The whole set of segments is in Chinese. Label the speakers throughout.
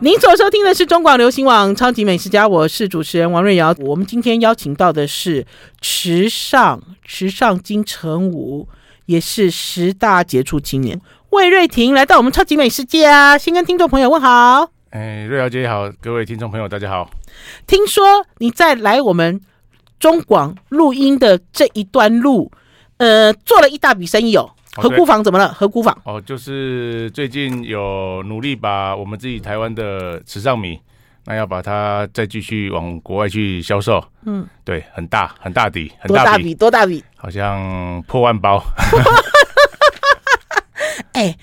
Speaker 1: 您所收听的是中广流行网《超级美食家》，我是主持人王瑞瑶。我们今天邀请到的是池上池上金城武，也是十大杰出青年魏瑞婷，来到我们《超级美食家》，先跟听众朋友问好。
Speaker 2: 哎，瑞瑶姐好，各位听众朋友大家好。
Speaker 1: 听说你在来我们中广录音的这一段路，呃，做了一大笔生意哦。
Speaker 2: 哦
Speaker 1: 何
Speaker 2: 对
Speaker 1: 姑坊怎么了？何姑坊
Speaker 2: 哦，就是最近有努力把我们自己台湾的池上米，那要把它再继续往国外去销售。
Speaker 1: 嗯，
Speaker 2: 对，很大很大底，很
Speaker 1: 多
Speaker 2: 大
Speaker 1: 大
Speaker 2: 笔，
Speaker 1: 笔？多大笔？
Speaker 2: 好像破万包。
Speaker 1: 哎，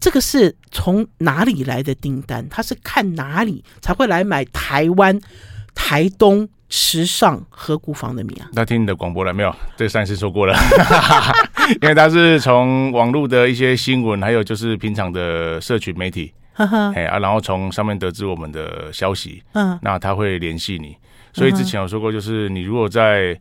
Speaker 1: 这个是从哪里来的订单？他是看哪里才会来买台湾、台东、池上河谷坊的米啊？
Speaker 2: 那听你的广播了没有？这上一次说过了， 因为它是从网络的一些新闻，还有就是平常的社群媒体，
Speaker 1: 哈哈，
Speaker 2: 哎啊，然后从上面得知我们的消息，
Speaker 1: 嗯
Speaker 2: 那他会联系你。所以之前有说过，就是你如果在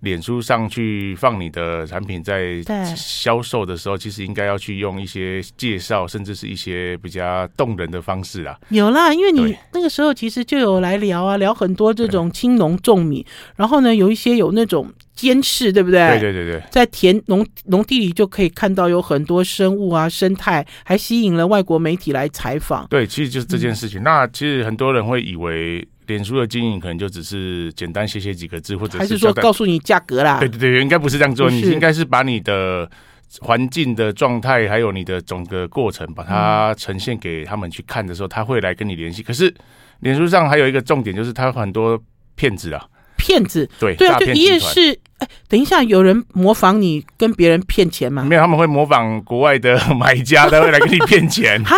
Speaker 2: 脸书上去放你的产品，在
Speaker 1: 对
Speaker 2: 销售的时候，其实应该要去用一些介绍，甚至是一些比较动人的方式啦。
Speaker 1: 有啦，因为你
Speaker 2: 对
Speaker 1: 那个时候其实就有来聊啊，聊很多这种青农种米，然后呢，有一些有那种监视，对不对？
Speaker 2: 对对对对，
Speaker 1: 在田农农地里就可以看到有很多生物啊、生态，还吸引了外国媒体来采访。
Speaker 2: 对，其实就是这件事情。那其实很多人会以为脸书的经营可能就只是简单写写几个字，或者
Speaker 1: 还是
Speaker 2: 是
Speaker 1: 说
Speaker 2: 交代
Speaker 1: 告诉你价格啦？
Speaker 2: 对对对，应该不是这样做，
Speaker 1: 啊不
Speaker 2: 你
Speaker 1: 是
Speaker 2: 应该是把你的环境的状态，还有你的整个过程，把
Speaker 1: 嗯
Speaker 2: 它呈现给他们去看的时候，他会来跟你联系。可是脸书上还有一个重点，就是他有很多骗子啊，
Speaker 1: 骗子
Speaker 2: 对，
Speaker 1: 对啊，
Speaker 2: 诈
Speaker 1: 就
Speaker 2: 骗
Speaker 1: 一
Speaker 2: 集
Speaker 1: 夜
Speaker 2: 团。
Speaker 1: 是哎，等一下，有人模仿你跟别人骗钱吗？
Speaker 2: 没有，他们会模仿国外的买家，他会来跟你骗 钱。哈，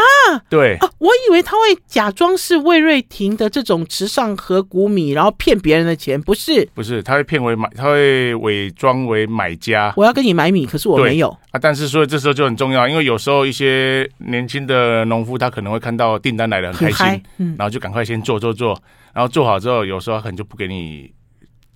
Speaker 2: 对，
Speaker 1: 啊，我以为他会假装是魏瑞婷的这种池上和谷米，然后骗别人的钱，不是？
Speaker 2: 不是，他会骗为买，他会伪装为买家
Speaker 1: 我要跟你买米，可是我
Speaker 2: 对
Speaker 1: 没有。
Speaker 2: 啊。但是所以这时候就很重要，因为有时候一些年轻的农夫，他可能会看到订单来了很开
Speaker 1: 很
Speaker 2: 心
Speaker 1: 嗨，，嗯，
Speaker 2: 然后就赶快先做做做，然后做好之后，有时候他可能就不给你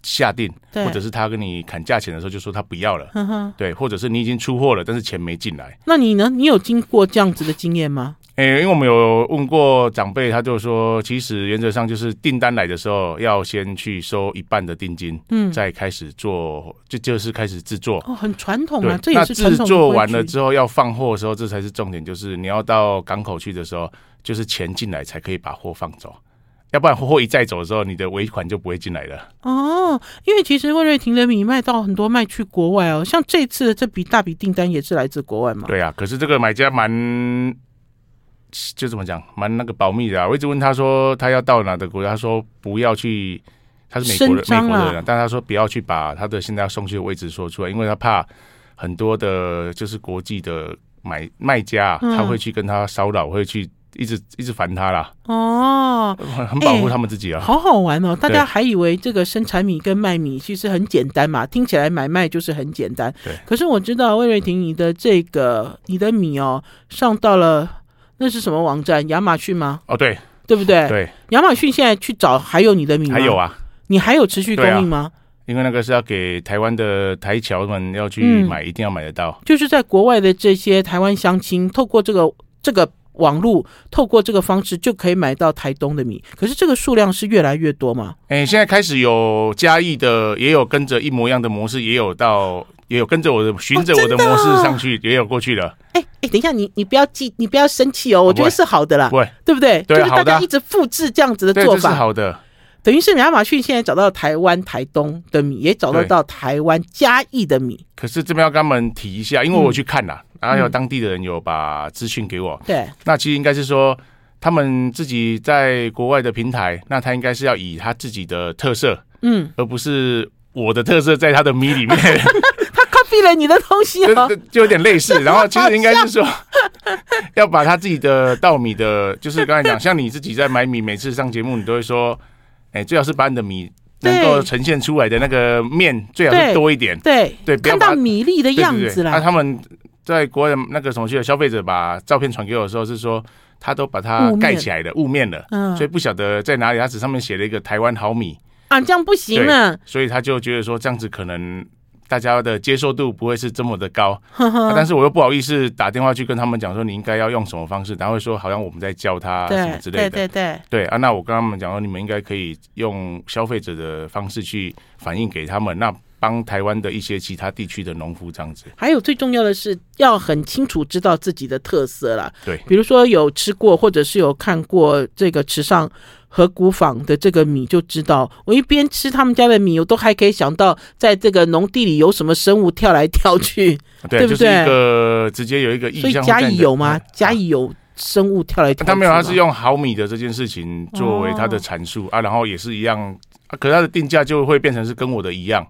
Speaker 2: 下定，
Speaker 1: 对
Speaker 2: 或者是他跟你砍价钱的时候就说他不要了，
Speaker 1: 哼哼。
Speaker 2: 对，或者是你已经出货了，但是钱没进来。
Speaker 1: 那你呢？你有经过这样子的经验吗？
Speaker 2: 诶、因为我们有问过长辈，他就说，其实原则上就是订单来的时候要先去收一半的定金，
Speaker 1: 嗯，
Speaker 2: 再开始做，就就是开始制作。
Speaker 1: 哦，很传统
Speaker 2: 对
Speaker 1: 啊，，这
Speaker 2: 那
Speaker 1: 也是传
Speaker 2: 制
Speaker 1: 统的
Speaker 2: 作
Speaker 1: 规
Speaker 2: 完了
Speaker 1: 矩
Speaker 2: 之后要放货的时候，这才是重点，就是你要到港口去的时候，就是钱进来才可以把货放走，要不然货一再走的时候，你的尾款就不会进来了。
Speaker 1: 哦，因为其实魏瑞婷的米卖到很多卖去国外哦，像这次的这笔大笔订单也是来自国外嘛。
Speaker 2: 对啊，可是这个买家蛮。就怎么讲，蛮那个保密的、啊。我一直问他说他要到哪的国家，他说不要去，他是美国人，
Speaker 1: 声张
Speaker 2: 美
Speaker 1: 啊
Speaker 2: 国人啊、但他说不要去把他的现在要送去的位置说出来，因为他怕很多的，就是国际的买卖家啊，
Speaker 1: 嗯
Speaker 2: 他会去跟他骚扰，会去一直一直烦他啦。
Speaker 1: 哦，
Speaker 2: 很很保护他们自己啊。
Speaker 1: 好好玩哦！大
Speaker 2: 对
Speaker 1: 家还以为这个生产米跟卖米其实很简单嘛，听起来买卖就是很简单。
Speaker 2: 对。
Speaker 1: 可是我知道魏瑞婷，你的这个你的米哦，上到了那是什么网站？亚马逊吗？
Speaker 2: 哦，对
Speaker 1: 对不对？。
Speaker 2: 对，
Speaker 1: 亚马逊现在去找还有你的米吗？
Speaker 2: 还有，啊，
Speaker 1: 你还有持续供
Speaker 2: 对啊
Speaker 1: 应吗？
Speaker 2: 因为那个是要给台湾的台侨们要去
Speaker 1: 嗯
Speaker 2: 买，一定要买得到。
Speaker 1: 就是在国外的这些台湾乡亲，透过这个这个网络，透过这个方式就可以买到台东的米。可是这个数量是越来越多嘛？
Speaker 2: 哎、现在开始有嘉义的，也有跟着一模一样的模式，也有到，也有跟着我的，循着我的
Speaker 1: 真的啊
Speaker 2: 模式上去，也有过去了。
Speaker 1: 哎哎，等一下，你你不要记，你不要生气哦，我觉
Speaker 2: 啊
Speaker 1: 得
Speaker 2: 不会
Speaker 1: 是好的啦。
Speaker 2: 喂，
Speaker 1: 对不对？
Speaker 2: 对
Speaker 1: 就是大
Speaker 2: 好的
Speaker 1: 家
Speaker 2: 啊
Speaker 1: 一直复制这样子的
Speaker 2: 对，
Speaker 1: 做
Speaker 2: 这是
Speaker 1: 法，
Speaker 2: 好的，
Speaker 1: 等于是亚马逊现在找到台湾台东的米，也找得
Speaker 2: 对
Speaker 1: 到台湾嘉义的米。
Speaker 2: 可是这边要跟他们提一下，因为
Speaker 1: 嗯
Speaker 2: 我去看啦，然后有
Speaker 1: 嗯
Speaker 2: 当地的人有把资讯给我，
Speaker 1: 对，
Speaker 2: 那其实应该是说。他们自己在国外的平台，那他应该是要以他自己的特色，
Speaker 1: 嗯，
Speaker 2: 而不是我的特色在他的米里面。
Speaker 1: 他 copy 了你的东 西
Speaker 2: 就
Speaker 1: 哦
Speaker 2: 就。就有点 类似。然后其实应该是说，要把他自己的稻米的，就是刚才 讲，像你自己在买米，每次上节目你都会说，哎、最好是把你的米能够
Speaker 1: 对
Speaker 2: 呈现出来的那个面最好
Speaker 1: 对
Speaker 2: 是多一点，
Speaker 1: 对，
Speaker 2: 对，不要
Speaker 1: 看
Speaker 2: 把
Speaker 1: 到
Speaker 2: 它
Speaker 1: 米粒的
Speaker 2: 对对
Speaker 1: 样
Speaker 2: 对
Speaker 1: 子
Speaker 2: 啊，
Speaker 1: 啦。
Speaker 2: 他们在国外的那个什么去的消费者把照片传给我的时候是说，他都把它
Speaker 1: 雾面
Speaker 2: 盖起来的雾面了。
Speaker 1: 嗯
Speaker 2: 所以不晓得在哪里，啊他只上面写了一个台湾毫米，
Speaker 1: 啊，这样不行啊。
Speaker 2: 所以他就觉得说这样子可能大家的接受度不会是这么的高，
Speaker 1: 嗯
Speaker 2: 啊但是我又不好意思打电话去跟他们讲说你应该要用什么方式，然后会说好像我们在教他啊什么
Speaker 1: 对
Speaker 2: 之
Speaker 1: 对
Speaker 2: 类的。
Speaker 1: 对对，
Speaker 2: 对啊，那我跟他们讲说，你们应该可以用消费者的方式去反映给他们，那帮台湾的一些其他地区的农夫这样子。
Speaker 1: 还有最重要的是要很清楚知道自己的特色啦。
Speaker 2: 对
Speaker 1: 比如说有吃过或者是有看过这个池上和谷坊的这个米，就知道我一边吃他们家的米，我都还可以想到在这个农地里有什么生物跳来跳 去，
Speaker 2: 对，
Speaker 1: 对不
Speaker 2: 就是
Speaker 1: 对
Speaker 2: 一个直接有一个意
Speaker 1: 所以
Speaker 2: 向。
Speaker 1: 嘉义有吗
Speaker 2: 嗯？
Speaker 1: 嘉义有生物跳来跳去吗？
Speaker 2: 他啊没有，他是用毫米的这件事情作为他的阐述、啊，然后也是一样，啊、可是他的定价就会变成是跟我的一样，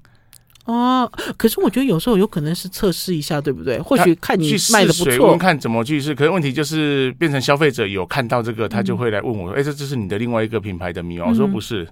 Speaker 1: 哦，可是我觉得有时候有可能是测试一下，对不对？或许看你
Speaker 2: 去
Speaker 1: 嗯卖
Speaker 2: 试
Speaker 1: 的不
Speaker 2: 水
Speaker 1: 错
Speaker 2: 问，看怎么去试。可是问题就是变成消费者有看到这个，他就会来问我，哎、这这是你的另外一个品牌的米吗？我说
Speaker 1: 嗯
Speaker 2: 不是，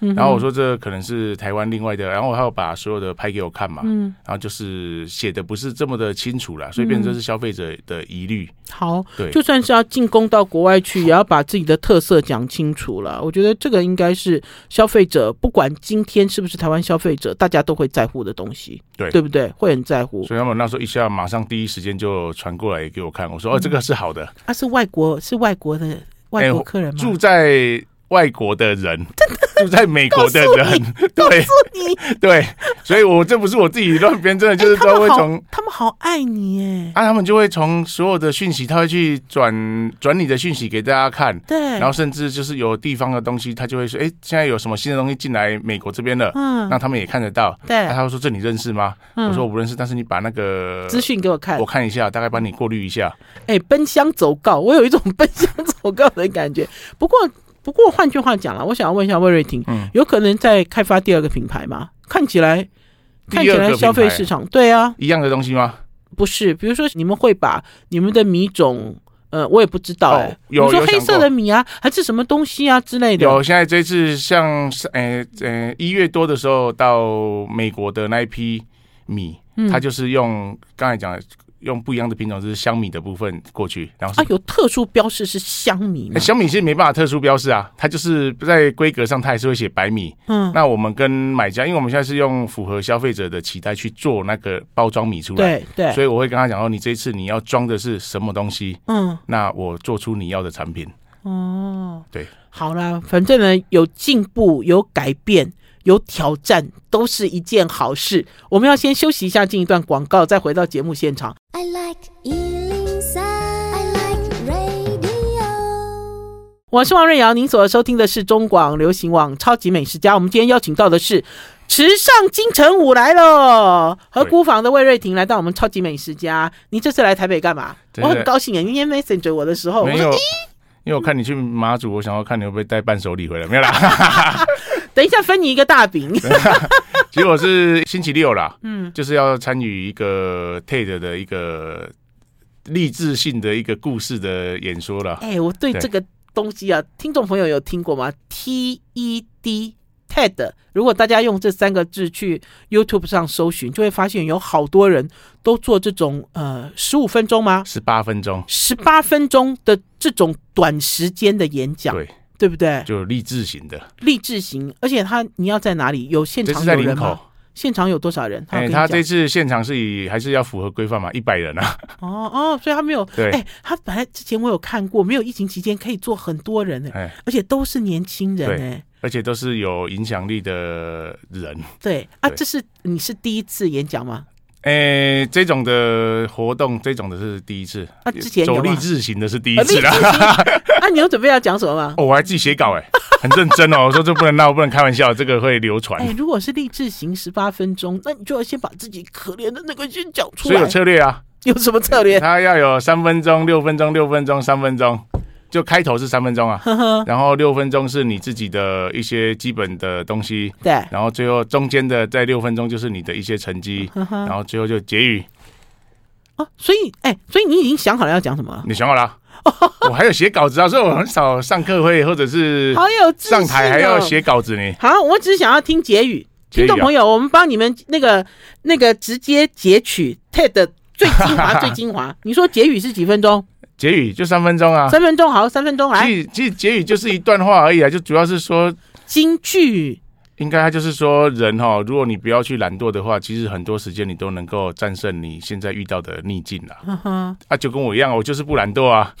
Speaker 1: 嗯哼
Speaker 2: 然后我，说这可能是台湾另外的，然后他要把所有的拍给我看嘛，
Speaker 1: 嗯，
Speaker 2: 然后就是写的不是这么的清楚啦，所以变
Speaker 1: 嗯
Speaker 2: 成这是消费者的疑虑。
Speaker 1: 好，
Speaker 2: 对
Speaker 1: 就算是要进攻到国外去，也要把自己的特色讲清楚了。我觉得这个应该是消费者，不管今天是不是台湾消费者，大家都会在乎的东西，
Speaker 2: 对
Speaker 1: 对不对？会很在乎。
Speaker 2: 所以他们那时候一下马上第一时间就传过来给我看，我
Speaker 1: 嗯
Speaker 2: 说哦，这个是好的，
Speaker 1: 啊，是外国是外国的外国客人吗？
Speaker 2: 住在外国 的人， 住在美国的人， 对
Speaker 1: 你
Speaker 2: 对，所以我这不是我自己乱编，真的就是
Speaker 1: 哎他
Speaker 2: 都会
Speaker 1: 们
Speaker 2: 从
Speaker 1: 好，他们好爱你哎，
Speaker 2: 啊，他们就会从所有的讯息，他会去转转你的讯息给大家看。
Speaker 1: 对，
Speaker 2: 然后甚至就是有地方的东西，他就会说，哎，现在有什么新的东西进来美国这边了，
Speaker 1: 嗯
Speaker 2: 那，他们也看得到。那
Speaker 1: 对，
Speaker 2: 他会说这你认识吗？
Speaker 1: 嗯
Speaker 2: 我说我不认识，但是你把那个
Speaker 1: 资讯给我看
Speaker 2: 我，看一下，大概帮你过滤一下。
Speaker 1: 哎，奔相走告，我有一种奔相走告的感觉。 不过，不过换句话讲了，我想要问一下魏瑞婷，
Speaker 2: 嗯
Speaker 1: 有可能在开发第二个品牌吗？看起来，
Speaker 2: 第
Speaker 1: 看
Speaker 2: 二
Speaker 1: 起
Speaker 2: 个
Speaker 1: 来消费
Speaker 2: 品牌
Speaker 1: 市场，对啊，
Speaker 2: 一样的东西吗？
Speaker 1: 不是，比如说你们会把你们的米种，呃，我也不知道
Speaker 2: 哦
Speaker 1: 哎、
Speaker 2: 有
Speaker 1: 比如说
Speaker 2: 有
Speaker 1: 黑
Speaker 2: 想
Speaker 1: 色
Speaker 2: 过
Speaker 1: 的米啊，还是什么东西啊之类的，
Speaker 2: 有，现在这次像是呃呃一月多的时候到美国的那一批米，
Speaker 1: 嗯
Speaker 2: 它就是用刚才讲的用不一样的品种，就是香米的部分过去，然后是
Speaker 1: 啊，有特殊标示是香米
Speaker 2: 那
Speaker 1: 吗？
Speaker 2: 小米是没办法特殊标示啊，它就是在规格上它还是会写白米。
Speaker 1: 嗯，
Speaker 2: 那我们跟买家，因为我们现在是用符合消费者的期待去做那个包装米出来，
Speaker 1: 对对，
Speaker 2: 所以我会跟他讲说，你这一次你要装的是什么东西，
Speaker 1: 嗯。
Speaker 2: 那我做出你要的产品。
Speaker 1: 哦，
Speaker 2: 对，
Speaker 1: 好啦，反正呢，有进步，有改变，有挑战，都是一件好事。我们要先休息一下，进一段广告，再回到节目现场。
Speaker 3: I like Ealing Sound. I like radio.
Speaker 1: 我是王瑞瑶，您所收听的是中广流行网《超级美食家》。我们今天邀请到的是池上金城武来了，和
Speaker 2: 对
Speaker 1: 孤房的魏瑞婷来到我们《超级美食家》。你这次来台北干嘛？
Speaker 2: 对
Speaker 1: 我很高兴耶！啊你今天 message 我的时哦候，我
Speaker 2: 没
Speaker 1: 说
Speaker 2: 有，因为我看你去马祖，我想要看你会不会带伴手礼回来，没有啦。
Speaker 1: 等一下分你一个大饼。
Speaker 2: 结果是星期六啦，
Speaker 1: 嗯，
Speaker 2: 就是要参与一个 TED 的一个励志性的一个故事的演说啦。
Speaker 1: 哎、我对
Speaker 2: 对
Speaker 1: 这个东西啊，听众朋友有听过吗？T E D TED，如果大家用这三个字去 YouTube 上搜寻，就会发现有好多人都做这种呃十五分钟吗？
Speaker 2: 十八分钟，
Speaker 1: 十八分钟的这种短时间的演讲，
Speaker 2: 对
Speaker 1: 对不对？
Speaker 2: 就励志型的，
Speaker 1: 励志型，而且他你要在哪里？有现
Speaker 2: 这
Speaker 1: 场
Speaker 2: 次在
Speaker 1: 有
Speaker 2: 林
Speaker 1: 人
Speaker 2: 口
Speaker 1: 吗？。现场有多少人？他有
Speaker 2: 哎、
Speaker 1: 跟你
Speaker 2: 他
Speaker 1: 讲、
Speaker 2: 这次现场是以还是要符合规范嘛，一百人啊，
Speaker 1: 哦哦，所以他没有
Speaker 2: 对
Speaker 1: 哎、他本来之前我有看过，没有疫情期间可以做很多人呢、
Speaker 2: 哎，
Speaker 1: 而且都是年轻人哎
Speaker 2: 对
Speaker 1: 呢、
Speaker 2: 而且都是有影响力的人。
Speaker 1: 对啊，
Speaker 2: 对
Speaker 1: 这是你是第一次演讲吗？
Speaker 2: 哎、这种的活动，这种的是第一次，
Speaker 1: 啊，之前有
Speaker 2: 走
Speaker 1: 吗？
Speaker 2: 励志型的是第一
Speaker 1: 呃励
Speaker 2: 次啦。
Speaker 1: 志啊，你有准备要讲什么吗？
Speaker 2: 哦，我还自己写稿哎、很认真哦。我说这不能闹，不能开玩笑，这个会流传
Speaker 1: 哎、。如果是励志型十八分钟，那你就要先把自己可怜的那个先讲出
Speaker 2: 所以
Speaker 1: 来
Speaker 2: 有。策略啊，
Speaker 1: 有什么策略？
Speaker 2: 他要有三分钟、六分钟、六分钟、三分钟，就开头是三分钟啊，
Speaker 1: 呵呵，
Speaker 2: 然后六分钟是你自己的一些基本的东西，
Speaker 1: 对，
Speaker 2: 然后最后中间的在六分钟就是你的一些成绩，
Speaker 1: 呵呵
Speaker 2: 然。后最后就结语。
Speaker 1: 哦，所以哎、所以你已经想好了要讲什么了？
Speaker 2: 你想好了 啊？我还有写稿子啊，所以我很少上课会或者是
Speaker 1: 好有自信、哦、
Speaker 2: 上台还要。写稿子呢。
Speaker 1: 好，我只是想要听结语，听
Speaker 2: 结语啊
Speaker 1: 众朋友，我们帮你们那个那个直接截取 TED 的最精 华最精华。你说结语是几分钟？
Speaker 2: 结语就三分钟啊。
Speaker 1: 三分钟好，三分钟来
Speaker 2: 其实其实结语就是一段话而已啊，就主要是说
Speaker 1: 京剧
Speaker 2: 应该他就是说，人哈、如果你不要去懒惰的话，其实很多时间你都能够战胜你现在遇到的逆境啦。
Speaker 1: 嗯哼，
Speaker 2: 啊，就跟我一样，我就是不懒 惰啊。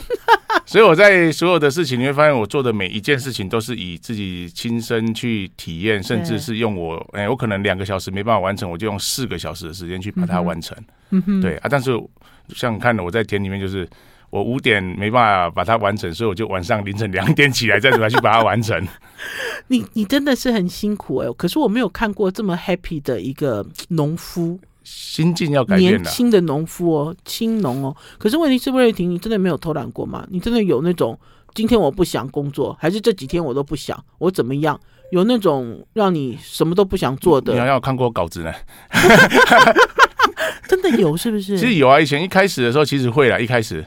Speaker 2: 所以我在所有的事情，你会发现我做的每一件事情都是以自己亲身去体验，甚至是用我，哎、我可能两个小时没办法完成，我就用四个小时的时间去把它完成。
Speaker 1: 嗯哼，
Speaker 2: 对啊，但是像你看我在田里面，就是我五点没办法把它完成，所以我就晚上凌晨两点起来再怎么去把它 完成。
Speaker 1: 你你真的是很辛苦哎、可是我没有看过这么 happy 的一个嗯农夫，
Speaker 2: 心境要改变啊
Speaker 1: 年
Speaker 2: 了。
Speaker 1: 轻的农夫哦，青农哦。可是问题是，魏瑞婷，你真的没有偷懒过吗？你真的有那种今天我不想工作，还是这几天我都不想，我怎么样？有那种让你什么都不想做
Speaker 2: 你好
Speaker 1: 的，
Speaker 2: 像有看过稿子呢？
Speaker 1: 真的有是不是？
Speaker 2: 其实有啊，以前一开始的时候其实会啦，一开始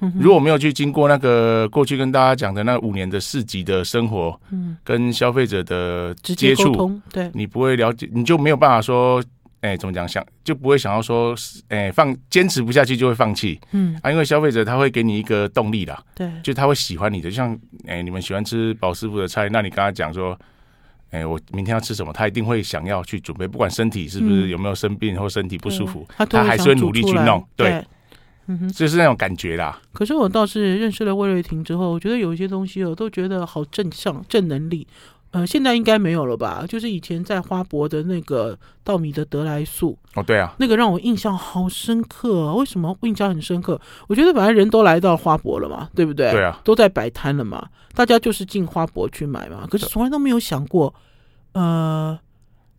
Speaker 1: 嗯哼
Speaker 2: 如果没有去经过那个过去跟大家讲的那五年的市集的生活，
Speaker 1: 嗯
Speaker 2: 跟消费者的
Speaker 1: 直接
Speaker 2: 接
Speaker 1: 沟
Speaker 2: 触，
Speaker 1: 通，对，
Speaker 2: 你不会了解，你就没有办法说，哎、怎么讲，想就不会想要说，哎、放坚持不下去就会放弃
Speaker 1: 嗯
Speaker 2: 啊，因为消费者他会给你一个动力啦，
Speaker 1: 对，
Speaker 2: 就他会喜欢你的，就像哎、你们喜欢吃宝师傅的菜，那你跟他讲说。哎、我明天要吃什么？他一定会想要去准备，不管身体是不
Speaker 1: 嗯
Speaker 2: 是有没有生病或身体不舒服，
Speaker 1: 他都
Speaker 2: 他还是会
Speaker 1: 想
Speaker 2: 努力
Speaker 1: 煮
Speaker 2: 去
Speaker 1: 出来
Speaker 2: 弄。对，
Speaker 1: 对，嗯哼。
Speaker 2: 就是那种感觉啦。
Speaker 1: 可是我倒是认识了魏瑞婷之后，我觉得有一些东西哦，都觉得好正向、正能力。呃，现在应该没有了吧？就是以前在花博的那个稻米的德莱素，
Speaker 2: 哦，对啊，
Speaker 1: 那个让我印象好深刻、啊。为什么印象很深刻？我觉得本来人都来到花博了嘛，对不对？
Speaker 2: 对啊，
Speaker 1: 都在摆摊了嘛，大家就是进花博去买嘛。可是
Speaker 2: 对
Speaker 1: 从来都没有想过，呃，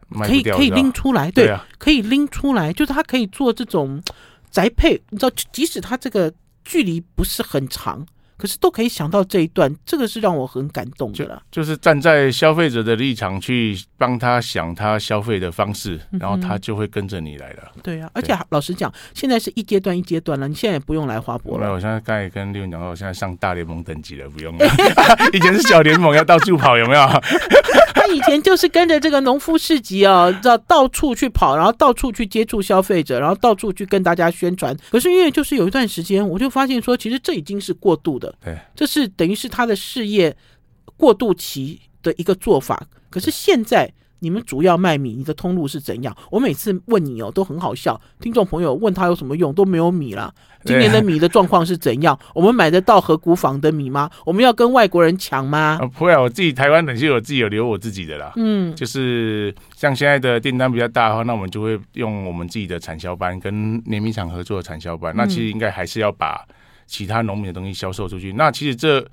Speaker 2: 卖
Speaker 1: 可
Speaker 2: 不
Speaker 1: 以
Speaker 2: 掉
Speaker 1: 可以
Speaker 2: 是吧
Speaker 1: 拎出来，
Speaker 2: 对啊，
Speaker 1: 可以拎出来，就是它可以做这种宅配，你知道，即即使它这个距离不是很长，可是都可以想到这一段，这个是让我很感动的了。
Speaker 2: 就是站在消费者的立场去帮他想他消费的方式，
Speaker 1: 嗯哼
Speaker 2: 然后他就会跟着你来了。
Speaker 1: 对啊，而且老实讲，现在是一阶段一阶段了，你现在也不用来花博
Speaker 2: 我来，
Speaker 1: 了。
Speaker 2: 我现在刚才跟六云讲说，我现在上大联盟等级了，不用了。 以前是小联盟，要到处跑，有没有？
Speaker 1: 他以前就是跟着这个农夫市集哦， 你知道到处去跑，然后到处去接触消费者，然后到处去跟大家宣传。可是因为就是有一段时间，我就发现说，其实这已经是过度的，
Speaker 2: 对，
Speaker 1: 这是等于是他的事业过渡期的一个做法。可是现在。你们主要卖米，你的通路是怎样？我每次问你哦，都很好笑。听众朋友问他有什么用，都没有米啦。今年的米的状况是怎样？我们买得到合谷坊的米吗？我们要跟外国人抢吗？
Speaker 2: 啊，不会啊，我自己台湾冷气我自己有留我自己的啦。
Speaker 1: 嗯，
Speaker 2: 就是像现在的订单比较大的话，那我们就会用我们自己的产销班跟联名厂合作的产销班。那
Speaker 1: 嗯
Speaker 2: 其实应该还是要把其他农民的东西销售出去。那其实这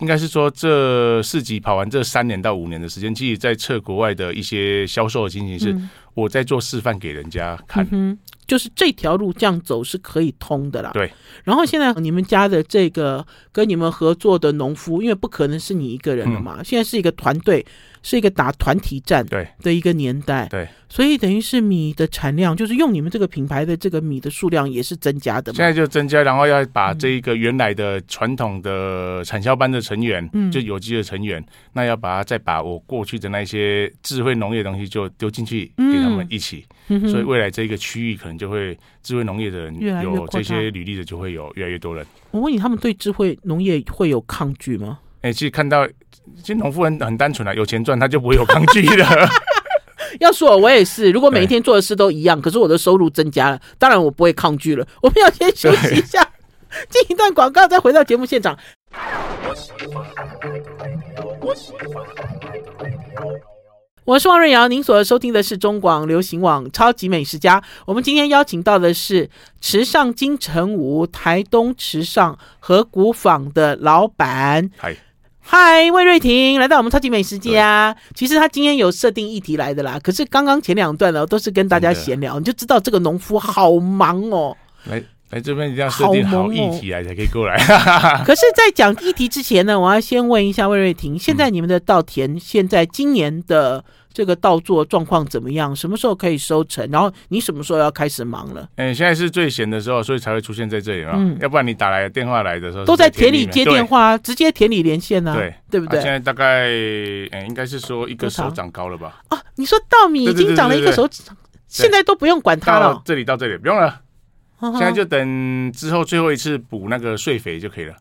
Speaker 2: 应该是说这四级跑完这三年到五年的时间，其实在测国外的一些销售的情形是，
Speaker 1: 嗯
Speaker 2: 我在做示范给人家看。
Speaker 1: 嗯哼，就是这条路这样走是可以通的啦。
Speaker 2: 对。
Speaker 1: 然后现在你们家的这个跟你们合作的农夫，因为不可能是你一个人了嘛，现在是一个团队，是一个打团体战
Speaker 2: 嗯对
Speaker 1: 的一个年代。
Speaker 2: 对。
Speaker 1: 所以等于是米的产量，就是用你们这个品牌的这个米的数量也是增加的
Speaker 2: 现
Speaker 1: 嘛。
Speaker 2: 在就增加，然后要把这一个原来的传统的产销班的成员，
Speaker 1: 嗯
Speaker 2: 就有机的成员，那要把它再把我过去的那些智慧农业的东西就丢进去，
Speaker 1: 嗯
Speaker 2: 给他们一起，
Speaker 1: 嗯哼
Speaker 2: 所以未来这个区域可能就会智慧农业的人
Speaker 1: 越来越
Speaker 2: 有
Speaker 1: 扩大
Speaker 2: 这些履历的就会有越来越多人。
Speaker 1: 我问你，他们对智慧农业会有抗拒吗？
Speaker 2: 哎、其实看到，其实农夫很很单纯啊，有钱赚他就不会有抗拒的。
Speaker 1: 要说我我也是，如果每一
Speaker 2: 对
Speaker 1: 天做的事都一样，可是我的收入增加了，当然我不会抗拒了。我们要先休息一下，进一段广告，再回到节目现场。我是王瑞瑶，您所收听的是中广流行网《超级美食家》。我们今天邀请到的是池上金城武台东池上和谷坊的老板
Speaker 2: 嗨，
Speaker 1: 嗨，魏瑞婷来到我们超级美食家。其实他今天有设定议题来的啦，可是刚刚前两段呢都是跟大家
Speaker 2: 真的
Speaker 1: 闲聊，你就知道这个农夫好忙 哦。
Speaker 2: 来来这边一定要设定
Speaker 1: 好
Speaker 2: 好
Speaker 1: 萌
Speaker 2: 议
Speaker 1: 哦
Speaker 2: 题啊来才可以过来。
Speaker 1: 可是，在讲议题之前呢，我要先问一下魏瑞婷，现在你们的稻田现在今年的这个稻作状况怎么样？什么时候可以收成？然后你什么时候要开始忙了？
Speaker 2: 哎、现在是最闲的时候，所以才会出现在这里嘛。
Speaker 1: 嗯
Speaker 2: 要不然你打来电话来的时候，
Speaker 1: 都呃在田里接电
Speaker 2: 话。
Speaker 1: 话，直接田里连线呢、啊，
Speaker 2: 对
Speaker 1: 对不对
Speaker 2: 啊现？在大概，哎，应该是说一
Speaker 1: 多
Speaker 2: 个
Speaker 1: 长
Speaker 2: 手掌高了吧？
Speaker 1: 啊，你说稻米已
Speaker 2: 对对
Speaker 1: 经
Speaker 2: 对
Speaker 1: 长了一
Speaker 2: 对
Speaker 1: 个
Speaker 2: 对
Speaker 1: 手指，现在都不用管它
Speaker 2: 到
Speaker 1: 了。嗯哦
Speaker 2: 这里到这里不用了，
Speaker 1: 现
Speaker 2: 现在就等之后最后一次补那个税肥就可以了。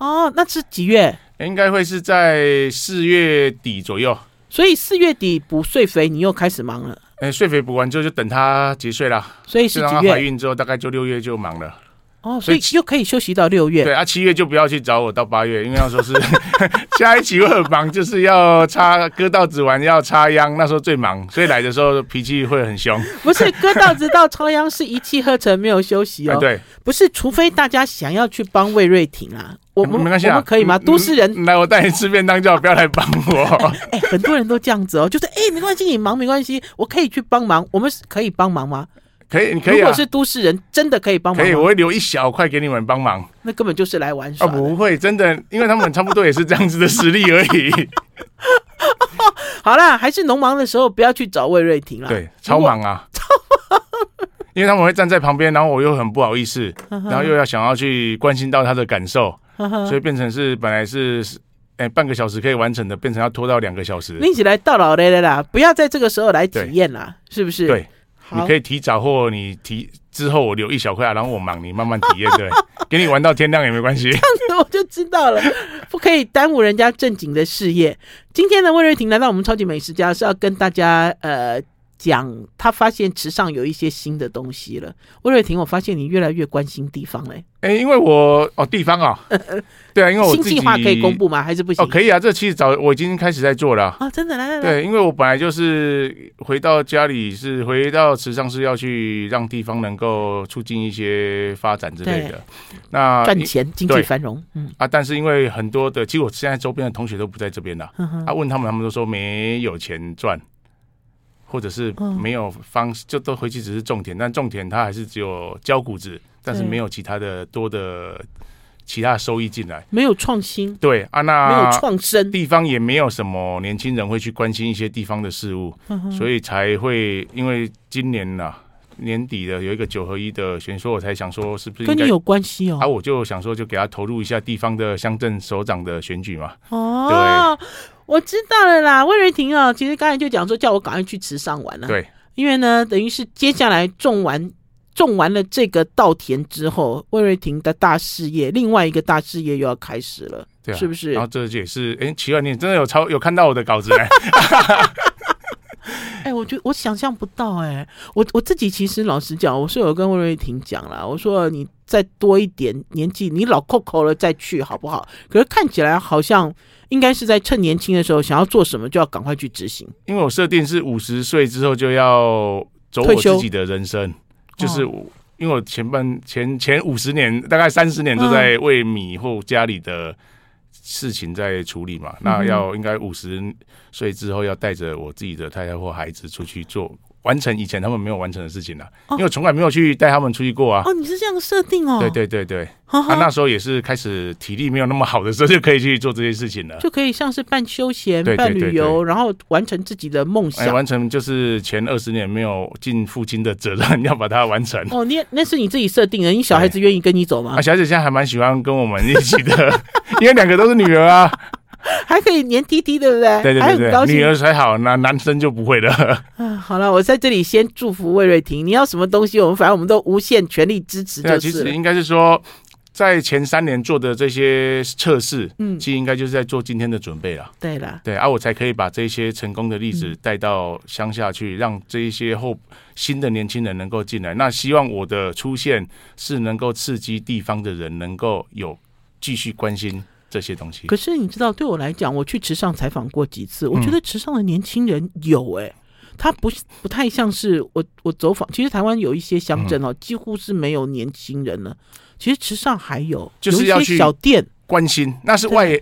Speaker 1: 哦，那是几月？
Speaker 2: 应该会是在四月底左右，
Speaker 1: 所以四月底补税肥，你又开始忙了。
Speaker 2: 哎，税肥补完之后就等她结税啦，
Speaker 1: 所以是
Speaker 2: 是让
Speaker 1: 几
Speaker 2: 她怀
Speaker 1: 月？
Speaker 2: 孕之后大概就六月就忙了。
Speaker 1: 哦，所
Speaker 2: 所以
Speaker 1: 以又可以休息到六
Speaker 2: 对
Speaker 1: 月。
Speaker 2: 啊，七月就不要去找我，到八月，因为那时候是 下一期我很忙，就是要插割稻子完要插秧，那时候最忙，所以来的时候脾气会很凶。
Speaker 1: 不是割稻子到朝阳是一气呵成，没有休息
Speaker 2: 啊，
Speaker 1: 哦。
Speaker 2: 对，
Speaker 1: 不是，除非大家想要去帮魏瑞婷啊，我们
Speaker 2: 没关系
Speaker 1: 我
Speaker 2: 啊，
Speaker 1: 们可以吗？
Speaker 2: 嗯
Speaker 1: 都市人
Speaker 2: 嗯来，我带你吃便当就好，不要来帮 我。
Speaker 1: 哎，很多人都这样子哦，就是哎，没关系，你忙没关系，我可以去帮忙。我们是可以帮忙吗？
Speaker 2: 可以，你可以
Speaker 1: 如
Speaker 2: 啊
Speaker 1: 果，是都市人，真的可以帮忙
Speaker 2: 可
Speaker 1: 吗
Speaker 2: 以，我会留一小块给你们帮忙。
Speaker 1: 那根本就是来玩
Speaker 2: 啊，
Speaker 1: 耍的。
Speaker 2: 不会，真的，因为他们差不多也是这样子的实力而 已。
Speaker 1: 好啦，还是农忙的时候不要去找魏瑞婷啦。
Speaker 2: 对，超忙啊，超忙。因为他们会站在旁边，然后我又很不好意思，
Speaker 1: 嗯
Speaker 2: 然后又要想要去关心到他的感受，
Speaker 1: 呵呵，
Speaker 2: 所以变成是本来是哎、半个小时可以完成的，变成要拖到两个小时。
Speaker 1: 你一起来到老嘞嘞啦，不要在这个时候来体验啦，是不是？
Speaker 2: 对，你
Speaker 1: 好
Speaker 2: 可，以提早或你提之后，我留一小块啊，然后我忙，你慢慢体验， 对，给你玩到天亮也没关系。
Speaker 1: 我就知道了，不可以耽误人家正经的事业。今天呢，魏瑞婷来到我们超级美食家是要跟大家呃讲，她发现池上有一些新的东西了。魏瑞婷，我发现你越来越关心地方嘞，
Speaker 2: 哎、因为我哦地方 啊、对啊，因为我
Speaker 1: 新
Speaker 2: 自己
Speaker 1: 计划可以公布吗？还是不行？
Speaker 2: 哦，可以啊，这其实早我已经开始在做了啊、
Speaker 1: 啊，真的来来来，
Speaker 2: 对，因为我本来就是回到家里是回到池上是要去让地方能够促进一些发展之类的。那
Speaker 1: 赚
Speaker 2: 因
Speaker 1: 钱，经济
Speaker 2: 对
Speaker 1: 繁荣，嗯，
Speaker 2: 啊，但是因为很多的，其实我现在周边的同学都不在这边了，
Speaker 1: 呵呵
Speaker 2: 啊，问他们，他们都说没有钱赚，或者是
Speaker 1: 嗯
Speaker 2: 没有方，就都回去只是种田，但种田它还是只有交谷子，但是
Speaker 1: 对
Speaker 2: 没有其他的多的其他的收益进来。
Speaker 1: 没有创新，
Speaker 2: 对啊，
Speaker 1: 没
Speaker 2: 那
Speaker 1: 有创新，
Speaker 2: 地方也没有什么年轻人会去关心一些地方的事物，
Speaker 1: 嗯
Speaker 2: 所以才会因为今年呐、年底的有一个九合一的选说，我才想说是不是
Speaker 1: 跟
Speaker 2: 应
Speaker 1: 你
Speaker 2: 该
Speaker 1: 有关系哦
Speaker 2: 啊，。我就想说就给他投入一下地方的乡镇首长的选举嘛。
Speaker 1: 哦，我知道了啦，魏瑞婷哦，其实刚才就讲说叫我赶快去池上玩了、啊
Speaker 2: 对，
Speaker 1: 因为呢，等于是接下来种完种完了这个稻田之后，魏瑞婷的大事业，另外一个大事业又要开始了，
Speaker 2: 对啊，
Speaker 1: 是不是
Speaker 2: 然后这也是哎、奇怪，你真的有抄有看到我的稿子 哎、
Speaker 1: 哎、我觉得我想象不到哎、我我自己其实老实讲，我是有跟魏瑞婷讲啦，我说你再多一点年纪，你老扣扣了再去好不好？可是看起来好像应该是在趁年轻的时候，想要做什么就要赶快去执行。
Speaker 2: 因为我设定是五十岁之后就要走我
Speaker 1: 退休
Speaker 2: 自己的人生，就是我。因为我前半前前五十年，大概三十年都在为米或家里的事情在处理嘛。嗯那要应该五十岁之后，要带着我自己的太太或孩子出去做，完成以前他们没有完成的事情啊啦。
Speaker 1: 哦
Speaker 2: 因为我从来没有去带他们出去过啊。
Speaker 1: 哦，你是这样设定哦？
Speaker 2: 对对对对，
Speaker 1: 呵呵，
Speaker 2: 啊，那时候也是开始体力没有那么好的时候，就可以去做这些事情了。
Speaker 1: 就可以像是半休闲、
Speaker 2: 对对
Speaker 1: 半
Speaker 2: 对
Speaker 1: 旅
Speaker 2: 对
Speaker 1: 游，然后完成自己的梦
Speaker 2: 哎，
Speaker 1: 想。
Speaker 2: 完成就是前二十年没有尽父亲的责任，要把它完成。
Speaker 1: 哦，你那是你自己设定的，你小孩子愿意跟你走吗
Speaker 2: 啊，？小姐现在还蛮喜欢跟我们一起的， 因为两个都是女儿啊。
Speaker 1: 还可以黏 T T，对不对？
Speaker 2: 对对
Speaker 1: 还哎
Speaker 2: 对
Speaker 1: 很高
Speaker 2: 对，
Speaker 1: 兴
Speaker 2: 女儿才好，那男生就不会了。
Speaker 1: 啊。好了，我在这里先祝福魏瑞婷，你要什么东西，我们反正我们都无限全力支持
Speaker 2: 对啊，
Speaker 1: 就
Speaker 2: 其
Speaker 1: 是
Speaker 2: 实
Speaker 1: 了。
Speaker 2: 应该是说，在前三年做的这些测试，
Speaker 1: 嗯
Speaker 2: 其实应该就是在做今天的准备了。
Speaker 1: 对了，
Speaker 2: 对啊，我才可以把这些成功的例
Speaker 1: 嗯
Speaker 2: 子带到乡下去，让这一些后新的年轻人能够进来。那希望我的出现是能够刺激地方的人能够有继续关心这些东西。
Speaker 1: 可是你知道，对我来讲，我去池上采访过几次，我觉
Speaker 2: 嗯
Speaker 1: 得池上的年轻人有哎、他不是不太像是我我走访，其实台湾有一些乡
Speaker 2: 嗯
Speaker 1: 镇哦，几乎是没有年轻人了。其实池上还有，
Speaker 2: 就是
Speaker 1: 有
Speaker 2: 要
Speaker 1: 一些
Speaker 2: 去
Speaker 1: 小店，
Speaker 2: 关心那是
Speaker 1: 对
Speaker 2: 外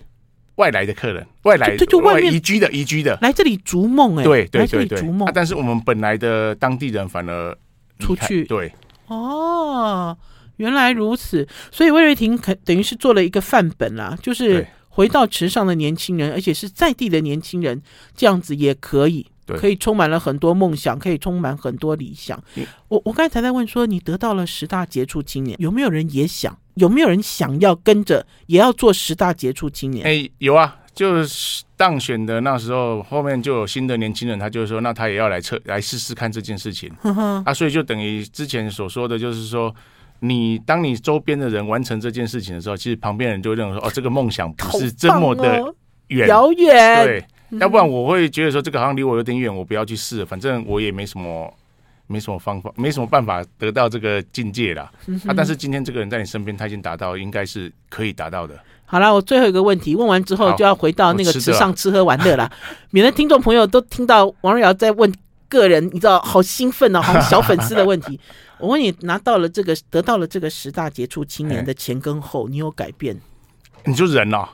Speaker 2: 外来的客人，外来
Speaker 1: 就就外面
Speaker 2: 移居的移居的，
Speaker 1: 来这里逐梦哎、
Speaker 2: 对对
Speaker 1: 来这
Speaker 2: 对
Speaker 1: 里
Speaker 2: 对
Speaker 1: 逐。梦、
Speaker 2: 啊但是我们本来的当地人反而离
Speaker 1: 出
Speaker 2: 开
Speaker 1: 去
Speaker 2: 对
Speaker 1: 哦，原来如此，所以魏瑞婷肯等于是做了一个范本啦，就是
Speaker 2: 对
Speaker 1: 回到池上的年轻人，而且是在地的年轻人，这样子也可以。
Speaker 2: 对
Speaker 1: 可以充满了很多梦想，可以充满很多理想
Speaker 2: 嗯。
Speaker 1: 我我刚才在问说，你得到了十大杰出青年，有没有人也想？有没有人想要跟着也要做十大杰出青年？
Speaker 2: 哎、有啊，就是当选的那时候，后面就有新的年轻人，他就说，那他也要来测来试试看这件事情
Speaker 1: 哼哼，
Speaker 2: 啊，所以就等于之前所说的，就是说。你当你周边的人完成这件事情的时候，其实旁边人就会认为说：“哦，这个梦想不
Speaker 1: 好
Speaker 2: 是这么
Speaker 1: 棒
Speaker 2: 的
Speaker 1: 哦嗯
Speaker 2: 远。
Speaker 1: 遥远，
Speaker 2: 对，要不然我会觉得说这个好像离我有点远，我不要去试了，反正我也没什么没什么方法，没什么办法得到这个境界啦。
Speaker 1: 嗯
Speaker 2: 啊，但是今天这个人在你身边，他已经达到，应该是可以达到的。
Speaker 1: 好啦，我最后一个问题问完之后，
Speaker 2: 好
Speaker 1: 就要回到那个
Speaker 2: 我吃
Speaker 1: 吃
Speaker 2: 的啊
Speaker 1: 上吃喝玩乐 啦，免得听众朋友都听到王瑞瑶在问个人，你知道好兴奋哦，好 像小粉丝的问题。我问你，拿到了这个，得到了这个十大杰出青年的前跟后，你有改变？
Speaker 2: 你就人了、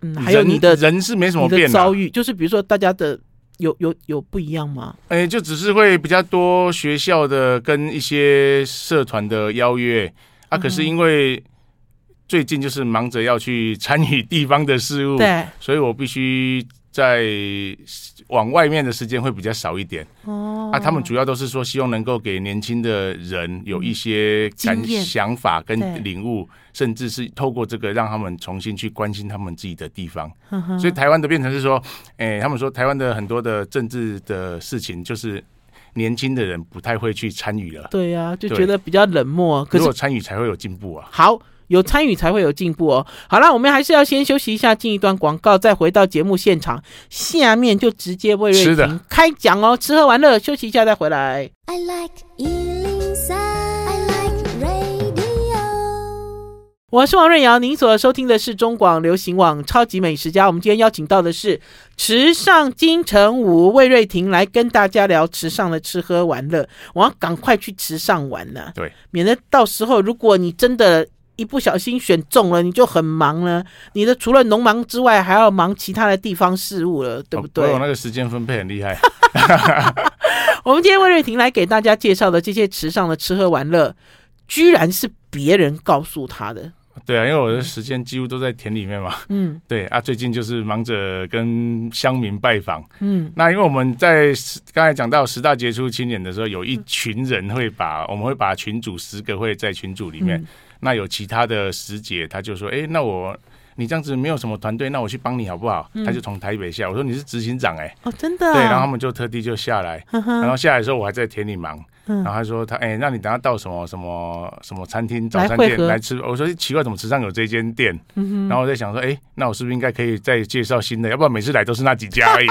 Speaker 1: 嗯，
Speaker 2: 人
Speaker 1: 还有你的
Speaker 2: 人是没什么
Speaker 1: 你
Speaker 2: 变啊
Speaker 1: 的
Speaker 2: 的、
Speaker 1: 遭遇，就是比如说大家的有有有不一样吗？
Speaker 2: 哎、就只是会比较多学校的跟一些社团的邀约啊，可
Speaker 1: 嗯
Speaker 2: 是因为最近就是忙着要去参与地方的事务，
Speaker 1: 对，
Speaker 2: 所以我必须在往外面的时间会比较少一点。
Speaker 1: 哦
Speaker 2: 啊，他们主要都是说希望能够给年轻的人有一些
Speaker 1: 经
Speaker 2: 感
Speaker 1: 验
Speaker 2: 想法
Speaker 1: 对
Speaker 2: 跟领悟，甚至是透过这个让他们重新去关心他们自己的地方。
Speaker 1: 哼哼
Speaker 2: 所以台湾的变成是说，哎、他们说台湾的很多的政治的事情，就是年轻的人不太会去参与了。
Speaker 1: 对呀、就
Speaker 2: 对
Speaker 1: 觉得比较冷漠，啊可
Speaker 2: 如
Speaker 1: 是
Speaker 2: 果参与才会有进步啊！
Speaker 1: 好。有参与才会有进步哦。好啦，我们还是要先休息一下，进一段广告，再回到节目现场。下面就直接为瑞
Speaker 2: 吃的
Speaker 1: 婷开讲哦，吃喝玩乐，休息一下再回来。
Speaker 3: I like Ealing Sound. I like radio.
Speaker 1: 我是王瑞瑶，您所收听的是中广流行网《超级美食家》。我们今天邀请到的是池上金城武魏瑞婷来跟大家聊池上的吃喝玩乐。我要赶快去池上玩了，
Speaker 2: 对，
Speaker 1: 免得到时候如果你真的一不小心选中了，你就很忙了。你的除了农忙之外，还要忙其他的地方事务了，对不对？
Speaker 2: 哦我有那个时间分配很厉害，
Speaker 1: 我们今天魏瑞婷来给大家介绍的这些池上的吃喝玩乐，居然是别人告诉他的。
Speaker 2: 对啊，因为我的时间几乎都在田里面嘛。
Speaker 1: 嗯
Speaker 2: 对啊，最近就是忙着跟乡民拜访。
Speaker 1: 嗯。
Speaker 2: 那因为我们在十刚才讲到十大杰出青年的时候，有
Speaker 1: 嗯
Speaker 2: 一群人会把我们会把群主十个会在群组里面，
Speaker 1: 嗯
Speaker 2: 那有其他的十姐，她就说：“哎、那我你这样子没有什么团队，那我去帮你好不好？”她就从台北下，我说：“你是执行长哎、
Speaker 1: 哦，真嗯的、啊。
Speaker 2: 对，然后他们就特地就下来，
Speaker 1: 呵呵
Speaker 2: 然后下来的时候我还在田里忙，
Speaker 1: 嗯
Speaker 2: 然后他说他哎、那你等下到什么什么什么餐厅早
Speaker 1: 来
Speaker 2: 餐
Speaker 1: 汇
Speaker 2: 店
Speaker 1: 合嗯
Speaker 2: 来吃？我说奇怪，怎么池上有这间店？然后我在想说，哎、那我是不是应该可以再介绍新的？要不然每次来都是那几家 而已。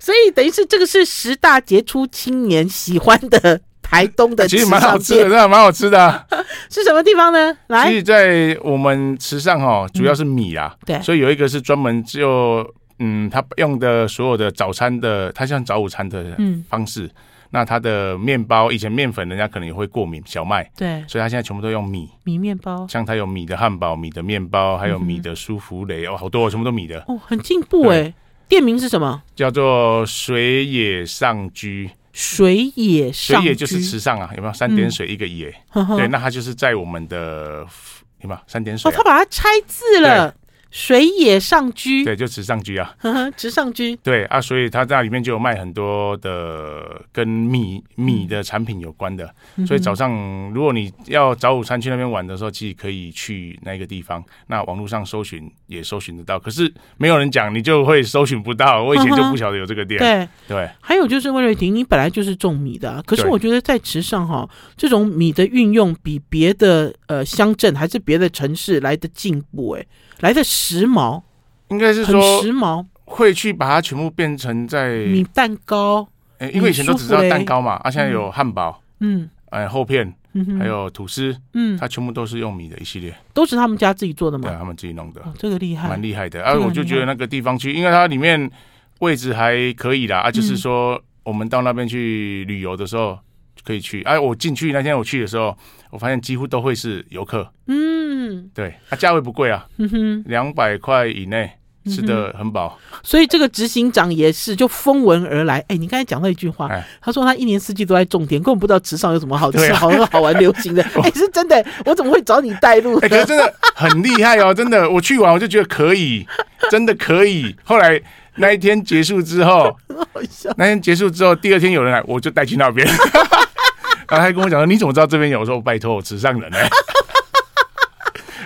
Speaker 1: 所以等于是这个是十大杰出青年喜欢的台东的
Speaker 2: 其
Speaker 1: 吃
Speaker 2: 实蛮
Speaker 1: 上
Speaker 2: 好吃的，
Speaker 1: 店
Speaker 2: 真的蛮好吃的啊。
Speaker 1: 是什么地方呢？
Speaker 2: 其
Speaker 1: 来，嗯
Speaker 2: 实，在我们池上哦，主要是米啦，
Speaker 1: 对
Speaker 2: 所以有一个是专门就嗯，他用的所有的早餐的，他像早午餐的
Speaker 1: 嗯，
Speaker 2: 方式。那它的面包，以前面粉人家可能也会过敏，小麦，
Speaker 1: 对，
Speaker 2: 所以他现在全部都用米。
Speaker 1: 米面包
Speaker 2: 像它有米的汉堡、米的面包，还有米的舒芙
Speaker 1: 嗯
Speaker 2: 蕾，哦，好多、哦，全部都米的，
Speaker 1: 哦，很进步
Speaker 2: 对
Speaker 1: 哎。店名是什么？
Speaker 2: 叫做水野上居。
Speaker 1: 水野
Speaker 2: 水
Speaker 1: 上
Speaker 2: 野就是
Speaker 1: 居
Speaker 2: 池上啊，有没有？三点水一个野，
Speaker 1: 呵呵
Speaker 2: 对，那它就是在我们的有没有三点水、
Speaker 1: 哦，
Speaker 2: 啊
Speaker 1: 他？把它拆字了。水野上居，
Speaker 2: 对，就池上居啊，
Speaker 1: 呵呵，直上居，
Speaker 2: 对啊，所以它在里面就有卖很多的跟米
Speaker 1: 嗯
Speaker 2: 米的产品有关的，所以早上如果你要早午餐去那边玩的时候，其实可以去那个地方。那网络上搜寻也搜寻得到，可是没有人讲，你就会搜寻不到。我以前
Speaker 1: 嗯
Speaker 2: 就不晓得有这个店，
Speaker 1: 对。
Speaker 2: 对，
Speaker 1: 还有就是魏瑞婷，你本来就是种米的、啊，可是
Speaker 2: 对
Speaker 1: 我觉得在池上哈、这种米的运用比别的呃乡镇还是别的城市来的进步、欸，来的时髦，
Speaker 2: 应该是
Speaker 1: 很
Speaker 2: 说
Speaker 1: 时髦。
Speaker 2: 会去把它全部变成在，
Speaker 1: 米蛋糕，
Speaker 2: 诶因为以前都只知道蛋糕嘛，啊，现在有汉堡，
Speaker 1: 嗯
Speaker 2: 哎，厚片，
Speaker 1: 嗯哼，
Speaker 2: 还有吐司，
Speaker 1: 嗯，
Speaker 2: 它全部都是用米的一系列，
Speaker 1: 都是他们家自己做的
Speaker 2: 对，啊
Speaker 1: 嘛。
Speaker 2: 他们自己弄的。
Speaker 1: 哦，这个厉害
Speaker 2: 蛮，厉害的。啊，
Speaker 1: 这个
Speaker 2: 我
Speaker 1: 很
Speaker 2: 就
Speaker 1: 厉
Speaker 2: 觉
Speaker 1: 害
Speaker 2: 得那个地方去，因为它里面位置还可以啦。啊，
Speaker 1: 嗯
Speaker 2: 就是说我们到那边去旅游的时候就可以去。哎、我进去那天我去的时候，我发现几乎都会是游客。
Speaker 1: 嗯
Speaker 2: 对，啊，价位不贵啊，
Speaker 1: 嗯哼，
Speaker 2: 两百块以内。吃的很饱，
Speaker 1: 所以这个执行长也是就风闻而来。哎，你刚才讲到一句话
Speaker 2: 哎，
Speaker 1: 他说他一年四季都在种田，根本不知道池上有什么好
Speaker 2: 对
Speaker 1: 吃、
Speaker 2: 啊
Speaker 1: 好喝、好玩、流行 的。哎，是真的欸，我怎么会找你带路呢？
Speaker 2: 哎、可是真的很厉害哦，真的，我去玩我就觉得可以，真的可以。后来那一天结束之后，
Speaker 1: 好笑
Speaker 2: 那天结束之后，第二天有人来，我就带去那边， 然后他还跟我讲说：“你怎么知道这边有？”我说：“哦拜托，我池上人呢、欸。”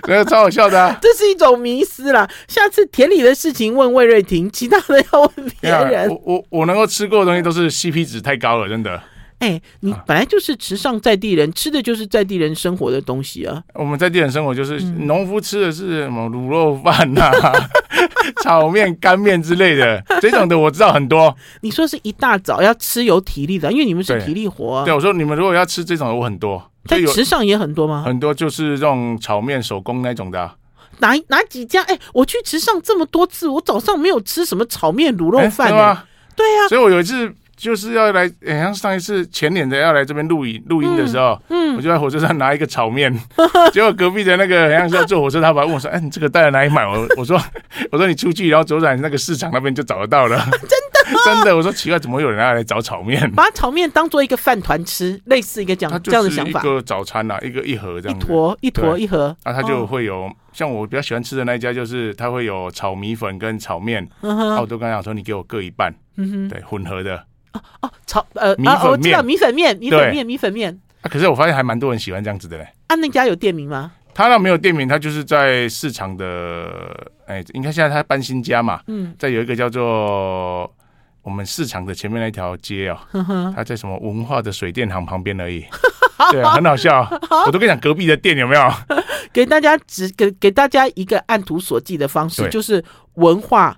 Speaker 2: 那个超好笑的、啊，
Speaker 1: 这是一种迷思啦。下次田里的事情问魏瑞婷，其他的要问别
Speaker 2: 对啊
Speaker 1: 人。
Speaker 2: 我我我能够吃过的东西都是 CP 值太高了，真的。
Speaker 1: 哎，你
Speaker 2: 啊
Speaker 1: 本来就是池上在地人，吃的就是在地人生活的东西啊。嗯
Speaker 2: 我们在地人生活就是农夫吃的是什么卤肉饭呐、啊 炒面、干面之类的，这种的我知道很多。
Speaker 1: 你说是一大早要吃有体力的，因为你们是
Speaker 2: 对
Speaker 1: 体力活、
Speaker 2: 对，
Speaker 1: 啊，
Speaker 2: 我说你们如果要吃这种的，我很多，就
Speaker 1: 在
Speaker 2: 有嗯
Speaker 1: 池上也很多吗？
Speaker 2: 很多就是这种炒面手工那种的啊、
Speaker 1: 哪哪几家？哎、我去池上这么多次，我早上没有吃什么炒面、卤
Speaker 2: 哎
Speaker 1: 肉饭、
Speaker 2: 对
Speaker 1: 呢。
Speaker 2: 吗？
Speaker 1: 对啊，
Speaker 2: 所以我有一次就是要来，好像上一次前年的要来这边录影录音的时候，
Speaker 1: 嗯
Speaker 2: 我就在火车上拿一个炒面， 结果隔壁的那个好 像是要坐火车，他把问我说：“哎，你这个带来哪里买？”我我说 我说你出去，然后左转那个市场那边就找 得到了。真的 真的，我说奇怪，怎么会有人要来找炒面？
Speaker 1: 把炒面当做一个饭团吃，类似一个这
Speaker 2: 它
Speaker 1: 样
Speaker 2: 就
Speaker 1: 这样的
Speaker 2: 是
Speaker 1: 想
Speaker 2: 一
Speaker 1: 法，
Speaker 2: 个早餐啊，一个一盒这
Speaker 1: 一
Speaker 2: 样子。
Speaker 1: 坨一坨
Speaker 2: 对
Speaker 1: 一盒，
Speaker 2: 啊那它就
Speaker 1: 哦
Speaker 2: 会有，像我比较喜欢吃的那一家，就是它会有炒米粉跟炒面。
Speaker 1: 嗯
Speaker 2: 啊
Speaker 1: 哼，
Speaker 2: 我都跟他讲说，你给我各一半，
Speaker 1: 嗯哼，
Speaker 2: 对，混合的。
Speaker 1: 哦，炒呃
Speaker 2: 米
Speaker 1: 啊，
Speaker 2: 粉
Speaker 1: 我知道
Speaker 2: 面
Speaker 1: 米粉面，米粉
Speaker 2: 对
Speaker 1: 面，米粉面。
Speaker 2: 啊，可是我发现还蛮多人喜欢这样子的嘞。
Speaker 1: 啊，那家有店名吗？
Speaker 2: 他那没有店名，他就是在市场的，哎、应该现在他搬新家嘛，
Speaker 1: 嗯，
Speaker 2: 在有一个叫做我们市场的前面那条街哦，
Speaker 1: 呵呵，
Speaker 2: 他在什么文化的水电行旁边 而已。对啊，很好笑哦、我都跟你讲隔壁的店有没有？
Speaker 1: 给大家只给给大家一个按图索骥的方式，
Speaker 2: 对
Speaker 1: 就是文化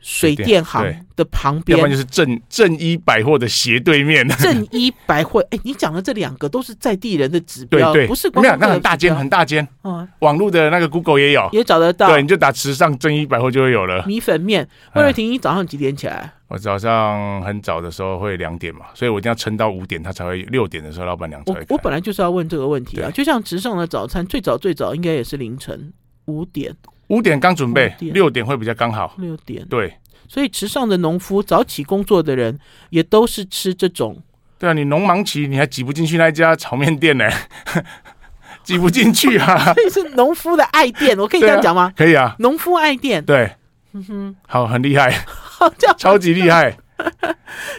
Speaker 1: 水
Speaker 2: 水电
Speaker 1: 电行
Speaker 2: 对
Speaker 1: 的旁
Speaker 2: 要不然
Speaker 1: 边。
Speaker 2: 就是正正一百货的斜对面。
Speaker 1: 正一百汇，哎，你讲的这两个都是在地人的指
Speaker 2: 对
Speaker 1: 标，
Speaker 2: 对，
Speaker 1: 不是
Speaker 2: 没
Speaker 1: 光
Speaker 2: 有
Speaker 1: 光
Speaker 2: 那很大间
Speaker 1: 间，
Speaker 2: 很大间，
Speaker 1: 嗯，
Speaker 2: 网络的那个 Google 也有，
Speaker 1: 也找得到
Speaker 2: 对，哎你就打池上正一百货就会有了。
Speaker 1: 米粉面。魏瑞婷，你早上几点起来？
Speaker 2: 我早上很早的时候会两点嘛，所以我一定要撑到五点，他才会六点的时候老板娘才
Speaker 1: 我
Speaker 2: 会开。
Speaker 1: 我本来就是要问这个问题啊，
Speaker 2: 对
Speaker 1: 就像池上的早餐，最早最早应该也是凌晨五点
Speaker 2: 五点刚准备
Speaker 1: 五，点
Speaker 2: 六点会比较刚好。
Speaker 1: 六点，
Speaker 2: 对
Speaker 1: 所以池上的农夫早起工作的人也都是吃这种
Speaker 2: 对啊，你农忙期你还挤不进去那家炒面店呢、 挤不进 去啊。
Speaker 1: 这是农夫的爱店，我可以这样讲吗？
Speaker 2: 可以啊，
Speaker 1: 农夫爱店，
Speaker 2: 对，
Speaker 1: 嗯哼，
Speaker 2: 好，很厉害，
Speaker 1: 好这样。
Speaker 2: 超级厉 害。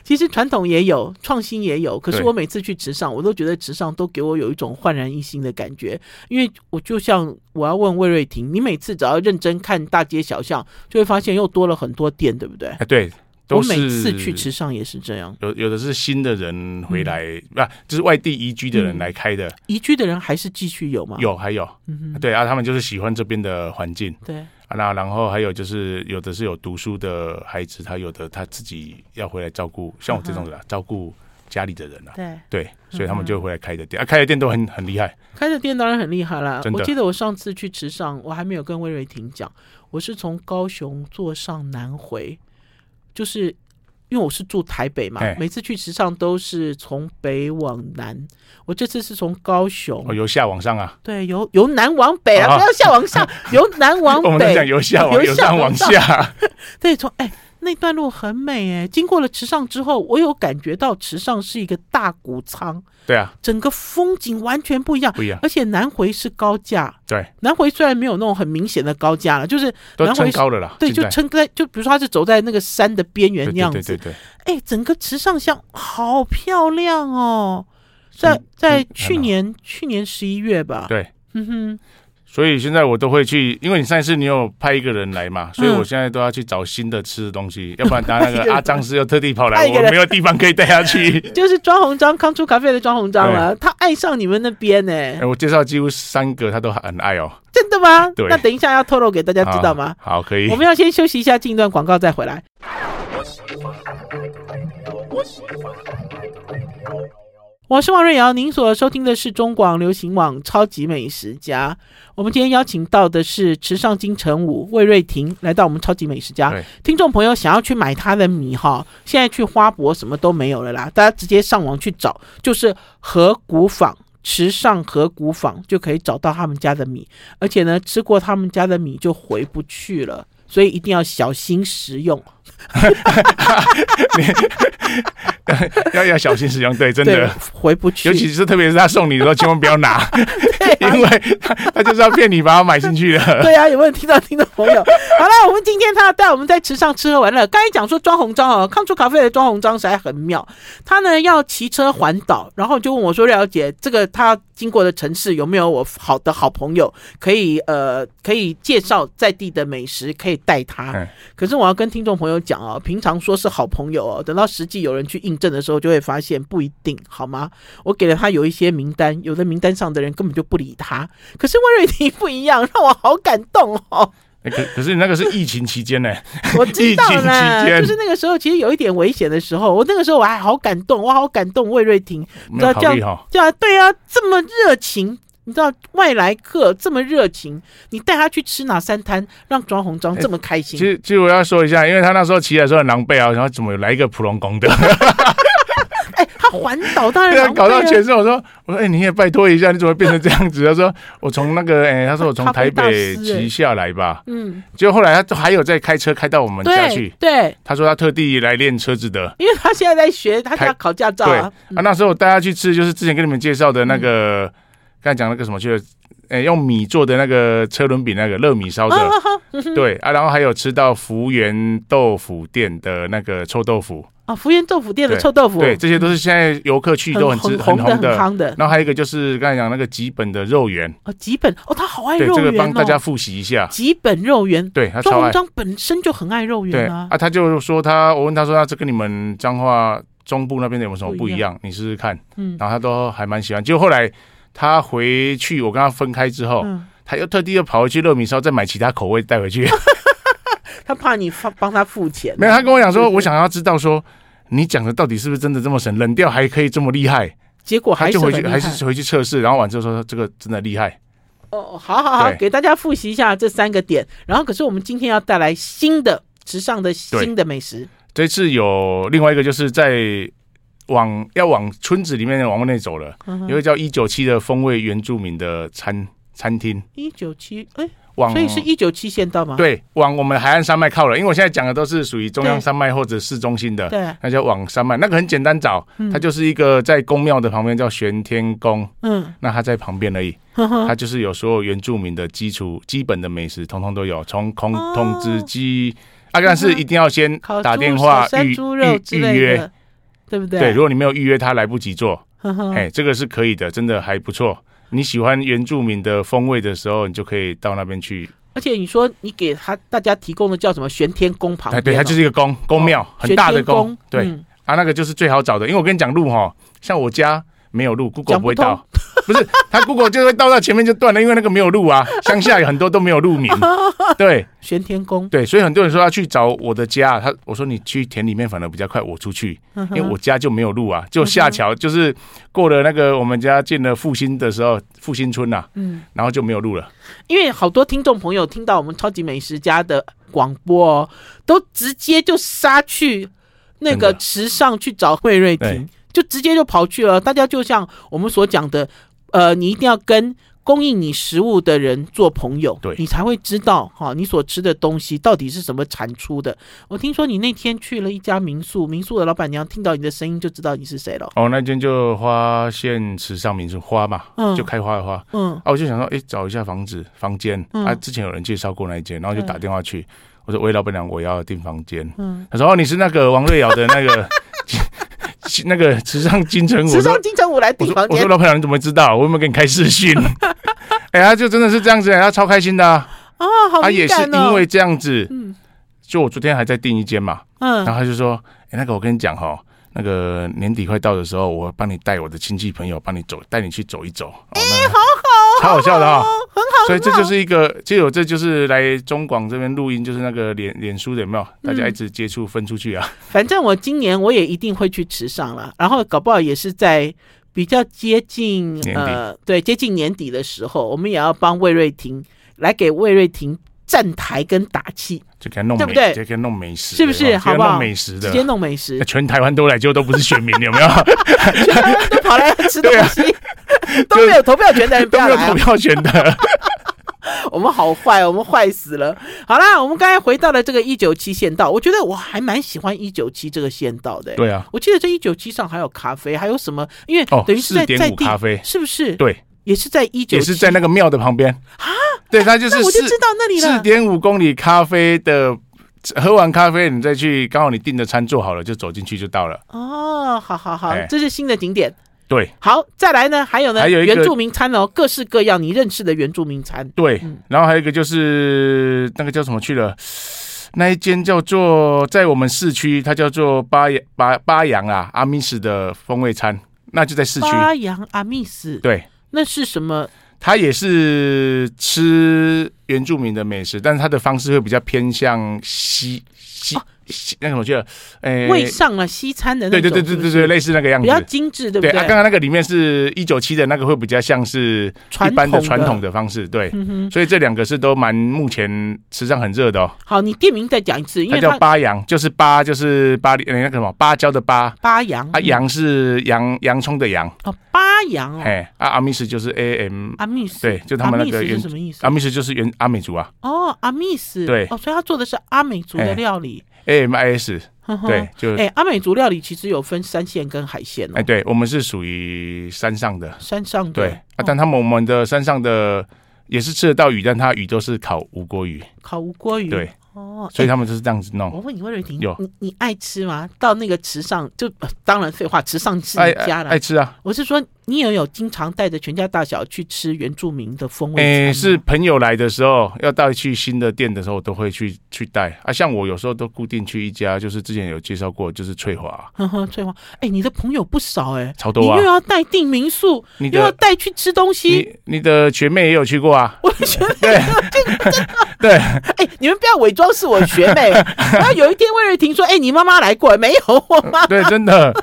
Speaker 1: 其实传统也有，创新也有，可是
Speaker 2: 对
Speaker 1: 我每次去池上，我都觉得池上都给我有一种焕然一新的感觉。因为我就像我要问魏瑞婷，你每次只要认真看大街小巷，就会发现又多了很多店，对不对？
Speaker 2: 哎，对，
Speaker 1: 我
Speaker 2: 都是
Speaker 1: 每次去池上也是这样，
Speaker 2: 有有的是新的人回来，啊，就是外地移居的
Speaker 1: 嗯
Speaker 2: 人来开的，
Speaker 1: 移居的人还是继续有吗？，
Speaker 2: 有还有，
Speaker 1: 啊嗯哼，
Speaker 2: 对啊，他们就是喜欢这边的环境。
Speaker 1: 对，
Speaker 2: 啊，那然后还有就是，有的是有读书的孩子，他有的他自己要回来照顾，像我这种的啊、照顾家里的人啊，
Speaker 1: 对。
Speaker 2: 对，所以
Speaker 1: 嗯
Speaker 2: 他
Speaker 1: 嗯哼
Speaker 2: 们就回来开的店，啊，开的店都很很厉害，
Speaker 1: 开的店当然很厉害啦。
Speaker 2: 真的
Speaker 1: 我记得我上次去池上，我还没有跟魏瑞婷讲，我是从高雄坐上南回，就是因为我是住台北嘛
Speaker 2: 哎，
Speaker 1: 每次去池上都是从北往南。我这次是从高雄，
Speaker 2: 哦，由下往上啊，
Speaker 1: 对，由由南往北啊，
Speaker 2: 啊
Speaker 1: 不要下往 上，由南往
Speaker 2: 我们都讲
Speaker 1: 北。哦
Speaker 2: 由下往
Speaker 1: 由
Speaker 2: 由
Speaker 1: 下
Speaker 2: 上
Speaker 1: 往
Speaker 2: 往
Speaker 1: 上
Speaker 2: 下，
Speaker 1: 对，从哎。那段路很美哎，经过了池上之后，我有感觉到池上是一个大谷仓，
Speaker 2: 对啊，
Speaker 1: 整个风景完全不一样。
Speaker 2: 不一样，
Speaker 1: 而且南回是高架，
Speaker 2: 对，
Speaker 1: 南回虽然没有那种很明显的高架了，就是
Speaker 2: 都
Speaker 1: 然后
Speaker 2: 撑高了啦，
Speaker 1: 对，
Speaker 2: 现
Speaker 1: 就
Speaker 2: 在
Speaker 1: 撑在就比如说它是走在那个山的边缘
Speaker 2: 对
Speaker 1: 那样
Speaker 2: 对
Speaker 1: 子，
Speaker 2: 对对对，
Speaker 1: 哎，整个池上乡好漂亮哦，在
Speaker 2: 嗯
Speaker 1: 在
Speaker 2: 嗯
Speaker 1: 去年去年十一月吧，
Speaker 2: 对，
Speaker 1: 嗯哼，
Speaker 2: 所以现在我都会去，因为你上一次你有派一个人来嘛，所以
Speaker 1: 嗯
Speaker 2: 我现在都要去找新的吃的东西，要不然他那
Speaker 1: 派一个
Speaker 2: 个
Speaker 1: 人
Speaker 2: 阿张是又特地跑
Speaker 1: 派
Speaker 2: 来，
Speaker 1: 一个
Speaker 2: 我
Speaker 1: 人
Speaker 2: 没有地方可以带他去。
Speaker 1: 就是庄鸿章康出咖啡的庄鸿章了，他爱上你们那边呢
Speaker 2: 哎，，我介绍几乎三个他都很爱哦，
Speaker 1: 真的吗？
Speaker 2: 对啊
Speaker 1: 那等一下要透露给大家知道吗？
Speaker 2: 好？好，可以
Speaker 1: 我。们要先休息一下，进一段广告再回来。我是王瑞瑶，您所收听的是中广流行网《超级美食家》。我们今天邀请到的是池上金城武、魏瑞婷来到我们《超级美食家》
Speaker 2: 对。
Speaker 1: 听众朋友想要去买他的米哈，现在去花博什么都没有了啦，大家直接上网去找，就是河谷坊。池上河谷坊就可以找到他们家的米，而且呢，吃过他们家的米就回不去了，所以一定要小心食用。
Speaker 2: 要要小心使用，对，真
Speaker 1: 对
Speaker 2: 的。，
Speaker 1: 回不去。
Speaker 2: 尤其是特别是他送你的时候，千万不要拿， 因为他他就是要骗你把它买进去的。
Speaker 1: 对啊，有没有听到听众朋友？ 好了，我们今天他要带我们在池上吃喝玩乐。刚才讲说庄鸿章哦，康出咖啡的庄鸿章实在很妙。他呢要骑车环岛，然后就问我说：“廖姐，这个他经过的城市有没有我好的好朋友可以呃可以介绍在地的美食，可以带他？”
Speaker 2: 嗯
Speaker 1: 可是我要跟听众朋友讲哦，平常说是好朋友哦，等到实际有人去印证的时候，就会发现不一定，好吗？我给了他有一些名单， 有的名单上的人根本就不理他。可是温瑞婷不一样，让我好感动哦。
Speaker 2: 那可可是那个是疫情期间呢、
Speaker 1: 我知道
Speaker 2: 疫情期
Speaker 1: 啦，
Speaker 2: 间
Speaker 1: 就是那个时候，其实有一点危险的时候，我那个时候我还好感动，我好感动魏瑞婷，
Speaker 2: 没有
Speaker 1: 知道
Speaker 2: 考虑哈。
Speaker 1: 对啊，对啊，这么热情，你知道外来客这么热情，你带他去吃哪三摊，让庄红章这么开
Speaker 2: 其
Speaker 1: 心？
Speaker 2: 实，其实我要说一下，因为他那时候骑来的时候很狼狈啊，然后怎么有来一个普龙宫的，
Speaker 1: 哎、他环岛 当然狼狈啊
Speaker 2: 搞到全身。我说，我说，哎、你也拜托一下，你怎么变成这 样子？他说，我从那个，哎、他说我从
Speaker 1: 咖啡
Speaker 2: 台
Speaker 1: 大
Speaker 2: 北
Speaker 1: 师哎
Speaker 2: 骑下来吧。
Speaker 1: 嗯，
Speaker 2: 结果后来他还有再开车开到我们家
Speaker 1: 对
Speaker 2: 去，
Speaker 1: 对，
Speaker 2: 他说他特地来练车子的。
Speaker 1: 因为他现在在学，他
Speaker 2: 开
Speaker 1: 要考驾照
Speaker 2: 对
Speaker 1: 啊
Speaker 2: 啊。，那时候我带他去吃，就是之前跟你们介绍的那
Speaker 1: 嗯
Speaker 2: 个，刚才讲那个什么去了，哎、用米做的那个车轮饼，那个热米烧
Speaker 1: 啊
Speaker 2: 的。
Speaker 1: 啊啊嗯哼
Speaker 2: 对啊，然后还有吃到福源豆腐店的那个臭豆腐，
Speaker 1: 啊，福源豆腐店的
Speaker 2: 对
Speaker 1: 臭豆腐，
Speaker 2: 对，这些都是现在游客去都很
Speaker 1: 很
Speaker 2: 知
Speaker 1: 红的、
Speaker 2: 红
Speaker 1: 很
Speaker 2: 的。
Speaker 1: 夯的。
Speaker 2: 然后还有一个就是刚才讲那个吉本的肉圆，
Speaker 1: 哦，吉本哦，他好爱
Speaker 2: 对
Speaker 1: 肉
Speaker 2: 这个
Speaker 1: 圆
Speaker 2: 帮大家
Speaker 1: 哦。
Speaker 2: 复习一下，
Speaker 1: 吉本肉圆，
Speaker 2: 对他
Speaker 1: 庄鸿
Speaker 2: 啊超爱。
Speaker 1: 章本身就很爱肉
Speaker 2: 对
Speaker 1: 圆啊
Speaker 2: 啊，。他就说他，我问他说，那这跟你们彰化中部那边的有没有什么
Speaker 1: 不
Speaker 2: 不
Speaker 1: 一
Speaker 2: 一样？你试试看。
Speaker 1: 嗯
Speaker 2: 然后他都还蛮喜欢。结果后来他回去，我跟他分开之后，
Speaker 1: 嗯，
Speaker 2: 他又特地又跑回去乐米烧再买其他口味带回去。
Speaker 1: 他怕你帮帮他付钱。
Speaker 2: 没有，他跟我讲
Speaker 1: 是
Speaker 2: 说，
Speaker 1: 是
Speaker 2: 我想要知道说。你讲的到底是不是真的这么神？冷掉还可以这么厉害？
Speaker 1: 结果
Speaker 2: 他
Speaker 1: 还
Speaker 2: 就是回
Speaker 1: 很
Speaker 2: 去
Speaker 1: 厉害
Speaker 2: 还是回去测试，然后完之后说这个真的厉害。
Speaker 1: 哦，好好好，
Speaker 2: 对
Speaker 1: 给大家复习一下这三个点。然后，可是我们今天要带来新的时尚的
Speaker 2: 对
Speaker 1: 新的美食，
Speaker 2: 这次有另外一个就是在往要往村子里面往内走了，
Speaker 1: 嗯
Speaker 2: 有一个叫一九七的风味原住民的餐餐厅，
Speaker 1: 一九七哎，
Speaker 2: 往
Speaker 1: 所以是一九七县道吗？
Speaker 2: 哦对往我们海岸山脉靠了，因为我现在讲的都是属于中央山脉或者市中心的，
Speaker 1: 对，
Speaker 2: 那叫往山脉，那个很简单找，它就是一个在宫庙的旁边叫玄天宫，
Speaker 1: 嗯，
Speaker 2: 那它在旁边而已，
Speaker 1: 呵呵
Speaker 2: 它就是有所有原住民的基础基本的美食，通通都有，从空
Speaker 1: 哦嗯
Speaker 2: 通知鸡。啊，但是一定要先
Speaker 1: 烤
Speaker 2: 打
Speaker 1: 猪
Speaker 2: 电话
Speaker 1: 手山
Speaker 2: 预
Speaker 1: 猪肉
Speaker 2: 预
Speaker 1: 之
Speaker 2: 预
Speaker 1: 类
Speaker 2: 约，
Speaker 1: 的，对不对？嗯
Speaker 2: 对，如果你没有预约，他来不及做，
Speaker 1: 呵呵
Speaker 2: 哎，这个是可以的，真的还不错。你喜欢原住民的风味的时候，你就可以到那边去。
Speaker 1: 而且你说你给他大家提供的叫什么玄天宫旁
Speaker 2: 哎，
Speaker 1: 边哦？
Speaker 2: 对，它就是一个宫宫庙，很大的
Speaker 1: 玄天宫
Speaker 2: 宫，，对，
Speaker 1: 嗯
Speaker 2: 啊，那个就是最好找的，因为我跟你讲路哈，像我家没有路，Google
Speaker 1: 讲
Speaker 2: 不
Speaker 1: 不
Speaker 2: 会
Speaker 1: 通
Speaker 2: 到，不是它 Google 就会到到前面就断了，因为那个没有路啊，乡下有很多都没有 路名，对
Speaker 1: 玄天宫，
Speaker 2: 对，所以很多人说要去找我的家，他我说你去田里面反而比较快，我出去，
Speaker 1: 呵呵
Speaker 2: 因为我家就没有路啊，就
Speaker 1: 嗯
Speaker 2: 下桥就是过了那个我们家进了复兴的时候，复兴村呐、啊
Speaker 1: 嗯，
Speaker 2: 然后就没有路了，
Speaker 1: 因为好多听众朋友听到我们超级美食家的广播、哦，都直接就杀去那个
Speaker 2: 真的
Speaker 1: 池上去找惠瑞婷
Speaker 2: 对，
Speaker 1: 就直接就跑去了。大家就像我们所讲的，呃，你一定要跟供应你食物的人做朋友，
Speaker 2: 对
Speaker 1: 你才会知道哈、你所吃的东西到底是什么产出的。我听说你那天去了一家民宿，民宿的老板娘听到你的声音就知道你是谁了。
Speaker 2: 哦，那间就花县池上民宿花嘛
Speaker 1: 嗯，
Speaker 2: 就开花的花，
Speaker 1: 嗯，
Speaker 2: 啊，我就想说，哎、找一下房子房间、
Speaker 1: 嗯
Speaker 2: 啊，之前有人介绍过那一间，然后就打
Speaker 1: 对
Speaker 2: 电话去，我说喂，老板娘，我要订房间。
Speaker 1: 嗯
Speaker 2: 嗯，他说哦，你是那个王瑞瑶的那个 那个池上金城武。
Speaker 1: 池
Speaker 2: 我说
Speaker 1: 上金城武来
Speaker 2: 我
Speaker 1: 订
Speaker 2: 说
Speaker 1: 房
Speaker 2: 我
Speaker 1: 间
Speaker 2: 说老板娘，你怎么知道？我有没有给你开视讯？ 哎、他就真的是这样子、他超开心的、啊。
Speaker 1: 啊，好
Speaker 2: 他
Speaker 1: 敏
Speaker 2: 也是
Speaker 1: 感哦。
Speaker 2: 因为这样子，
Speaker 1: 嗯
Speaker 2: 就我昨天还在订一间嘛，
Speaker 1: 嗯
Speaker 2: 然后他就说，哎、那个我跟你讲哈、那个年底快到的时候，我帮你带我的亲戚朋友帮你走，带你去走一走。哎、好好，超好笑的啊哈、
Speaker 1: 哦，很好，
Speaker 2: 所以这就是一个，就有这就是来中广这边录音，就是那个脸脸书的有没有？大家一直接触分出去啊，
Speaker 1: 反正我今年我也一定会去池上了，然后搞不好也是在比较接近
Speaker 2: 年底
Speaker 1: 呃，对，接近年底的时候，我们也要帮魏瑞婷来给魏瑞婷站台跟打气，
Speaker 2: 就给他弄美，
Speaker 1: 对不对
Speaker 2: 就给他弄美食的，
Speaker 1: 是不是
Speaker 2: 有没有
Speaker 1: 好不
Speaker 2: 给
Speaker 1: 好
Speaker 2: 他哦弄美食
Speaker 1: 直接
Speaker 2: 的，
Speaker 1: 弄美 食，
Speaker 2: 全台湾都来，结果都不是选民，有没有？
Speaker 1: 都跑来吃东 西，都没有投票权 的人不
Speaker 2: 啊都
Speaker 1: 要
Speaker 2: 没有
Speaker 1: 来
Speaker 2: 投
Speaker 1: 啊！
Speaker 2: 票权的，
Speaker 1: 我们好坏，我们坏死了。好啦，我们刚才回到了这个一九七县道，我觉得我还蛮喜欢一九七这个县道的、欸。
Speaker 2: 对啊，
Speaker 1: 我记得这一九七上还有咖啡，还有什么？因为
Speaker 2: 哦
Speaker 1: 等于，是在
Speaker 2: 四
Speaker 1: 在
Speaker 2: 点五
Speaker 1: 地，
Speaker 2: 咖啡，
Speaker 1: 是不是？
Speaker 2: 对，
Speaker 1: 也是在一九，
Speaker 2: 也是在那个庙的旁边啊，对，它就是
Speaker 1: 那我就知
Speaker 2: 四
Speaker 1: 道那里
Speaker 2: 四
Speaker 1: 了。
Speaker 2: 点五公里咖啡的。喝完咖啡，你再去，刚好你订的餐做好了，就走进去就到了。
Speaker 1: 哦，好好好
Speaker 2: 哎，
Speaker 1: 这是新的景点。
Speaker 2: 对
Speaker 1: 好，再来呢，还有呢，
Speaker 2: 还有一个
Speaker 1: 原住民餐哦，各式各样你认识的原住民餐。
Speaker 2: 对，然后还有一个就是那个叫什么去了，那一间叫做在我们市区，它叫做巴扬巴巴扬啊阿米斯的风味餐，那就在市区。
Speaker 1: 巴扬阿密斯，
Speaker 2: 对，
Speaker 1: 那是什么？
Speaker 2: 它也是吃原住民的美食，但是它的方式会比较偏向西西西那个我记得，哎、
Speaker 1: 味上了西餐哦的那
Speaker 2: 对
Speaker 1: 种，
Speaker 2: 对
Speaker 1: 是
Speaker 2: 对对对
Speaker 1: 不
Speaker 2: 对，
Speaker 1: 是
Speaker 2: 类似那个样
Speaker 1: 比较
Speaker 2: 子。
Speaker 1: 精致，对不
Speaker 2: 对啊，刚刚那个里面是一九七的那个会比较像是一
Speaker 1: 传
Speaker 2: 般
Speaker 1: 统
Speaker 2: 的传统。的方式，对，
Speaker 1: 嗯哼，
Speaker 2: 所以这两个是都蛮目前时尚很热的哦。
Speaker 1: 好，你店名再讲一次，因
Speaker 2: 它
Speaker 1: 为
Speaker 2: 叫
Speaker 1: 它
Speaker 2: 八羊，就是八就是巴黎、呃那个什么芭蕉的芭
Speaker 1: 巴羊
Speaker 2: 啊，洋是洋洋葱的洋，
Speaker 1: 哦，巴羊哦，
Speaker 2: 嘿啊阿密斯就是 A M，
Speaker 1: 阿密斯，
Speaker 2: 对，就他们
Speaker 1: 阿
Speaker 2: 那个
Speaker 1: 密斯
Speaker 2: 原
Speaker 1: 是什么意思
Speaker 2: 阿？密斯就是原阿美族啊
Speaker 1: 哦，阿密斯，
Speaker 2: 对
Speaker 1: 哦，所以他做的是阿美族的料理。
Speaker 2: ，A M I S，
Speaker 1: 呵呵
Speaker 2: 对，，就
Speaker 1: 哎，阿美族料理其实有分山线跟海线
Speaker 2: 哎
Speaker 1: 哦，
Speaker 2: 对，我们是属于山上的，
Speaker 1: 山上的
Speaker 2: 对啊
Speaker 1: 哦，
Speaker 2: 但他们我们的山上的也是吃得到鱼，但它鱼都是烤无锅鱼，
Speaker 1: 烤无锅鱼，
Speaker 2: 对，
Speaker 1: 哦，
Speaker 2: 所以
Speaker 1: 哎
Speaker 2: 他们就是这样子弄。
Speaker 1: 我问你，魏瑞婷，
Speaker 2: 有
Speaker 1: 你你爱吃吗？到那个池上就呃当然废话，池上是
Speaker 2: 爱
Speaker 1: 你
Speaker 2: 爱
Speaker 1: 家了
Speaker 2: 爱。吃啊！
Speaker 1: 我是说，你也有经常带着全家大小去吃原住民的风味餐
Speaker 2: 诶、
Speaker 1: 吗
Speaker 2: 哎是朋友来的时候，要带去新的店的时候，我都会去去带啊。像我有时候都固定去一家，就是之前有介绍过，就是翠华，
Speaker 1: 呵呵，翠花，哎、你的朋友不少哎、
Speaker 2: 超
Speaker 1: 你
Speaker 2: 多
Speaker 1: 又
Speaker 2: 啊。
Speaker 1: 要带订民宿，
Speaker 2: 你
Speaker 1: 又要
Speaker 2: 的
Speaker 1: 带去吃东西，
Speaker 2: 你你的学妹也有去过啊？
Speaker 1: 我觉得
Speaker 2: 对对，
Speaker 1: 哎、你们不要伪装是我学 妹。然后有一天，魏瑞婷说：“哎、你妈妈来过没有？”我妈。
Speaker 2: 对，真 的，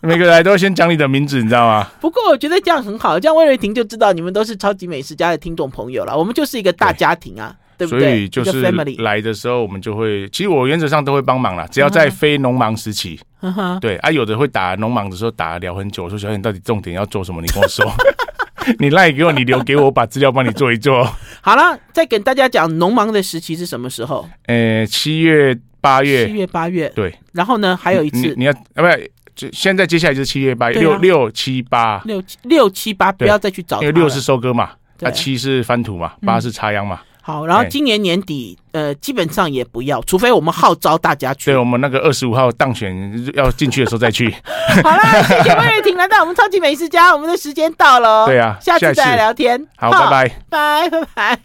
Speaker 2: 每个来都先讲你的名字，你知道吗？
Speaker 1: 不过我觉得这样很好，这样魏瑞婷就知道你们都是超级美食家的听众朋友了。我们就是一个大家庭啊，对不
Speaker 2: 所
Speaker 1: 对？
Speaker 2: 以就
Speaker 1: 一
Speaker 2: 是
Speaker 1: 个 family。嗯
Speaker 2: 来的时候，我们就会，其实我原则上都会帮忙啦，只要在非农忙时期，
Speaker 1: 呵呵
Speaker 2: 对啊，有的会打农忙的时候打聊很久，我说小姐你到底重点要做什么？你跟 我说， 你赖给我，你留给我，我把资料帮你做一 做。
Speaker 1: 好了，再跟大家讲农忙的时期是什么时候？
Speaker 2: 呃，七月、八
Speaker 1: 七
Speaker 2: 月，
Speaker 1: 月、八月。
Speaker 2: 对，
Speaker 1: 然后呢，还有一
Speaker 2: 你
Speaker 1: 次
Speaker 2: 你要啊，不是，就现在接下来就是七月、八月，
Speaker 1: 对啊
Speaker 2: 六六七八，
Speaker 1: 六七六七八，不
Speaker 2: 对
Speaker 1: 要再去找
Speaker 2: 因
Speaker 1: 他
Speaker 2: 为
Speaker 1: 了。
Speaker 2: 六是收割嘛，
Speaker 1: 对嗯
Speaker 2: 啊七是翻土嘛，八是插秧嘛。
Speaker 1: 好，然后
Speaker 2: 哎
Speaker 1: 今年年底，呃，基本上也不要，除非我们号召大家去
Speaker 2: 所以。我们那个二十五号当选要进去的时候再去。
Speaker 1: 好啦，谢谢魏瑞婷来到我们超级美食家，我们的时间到了哦，
Speaker 2: 对啊
Speaker 1: 下次
Speaker 2: 下次
Speaker 1: 再来聊天。
Speaker 2: 好，拜拜。
Speaker 1: 拜拜拜拜。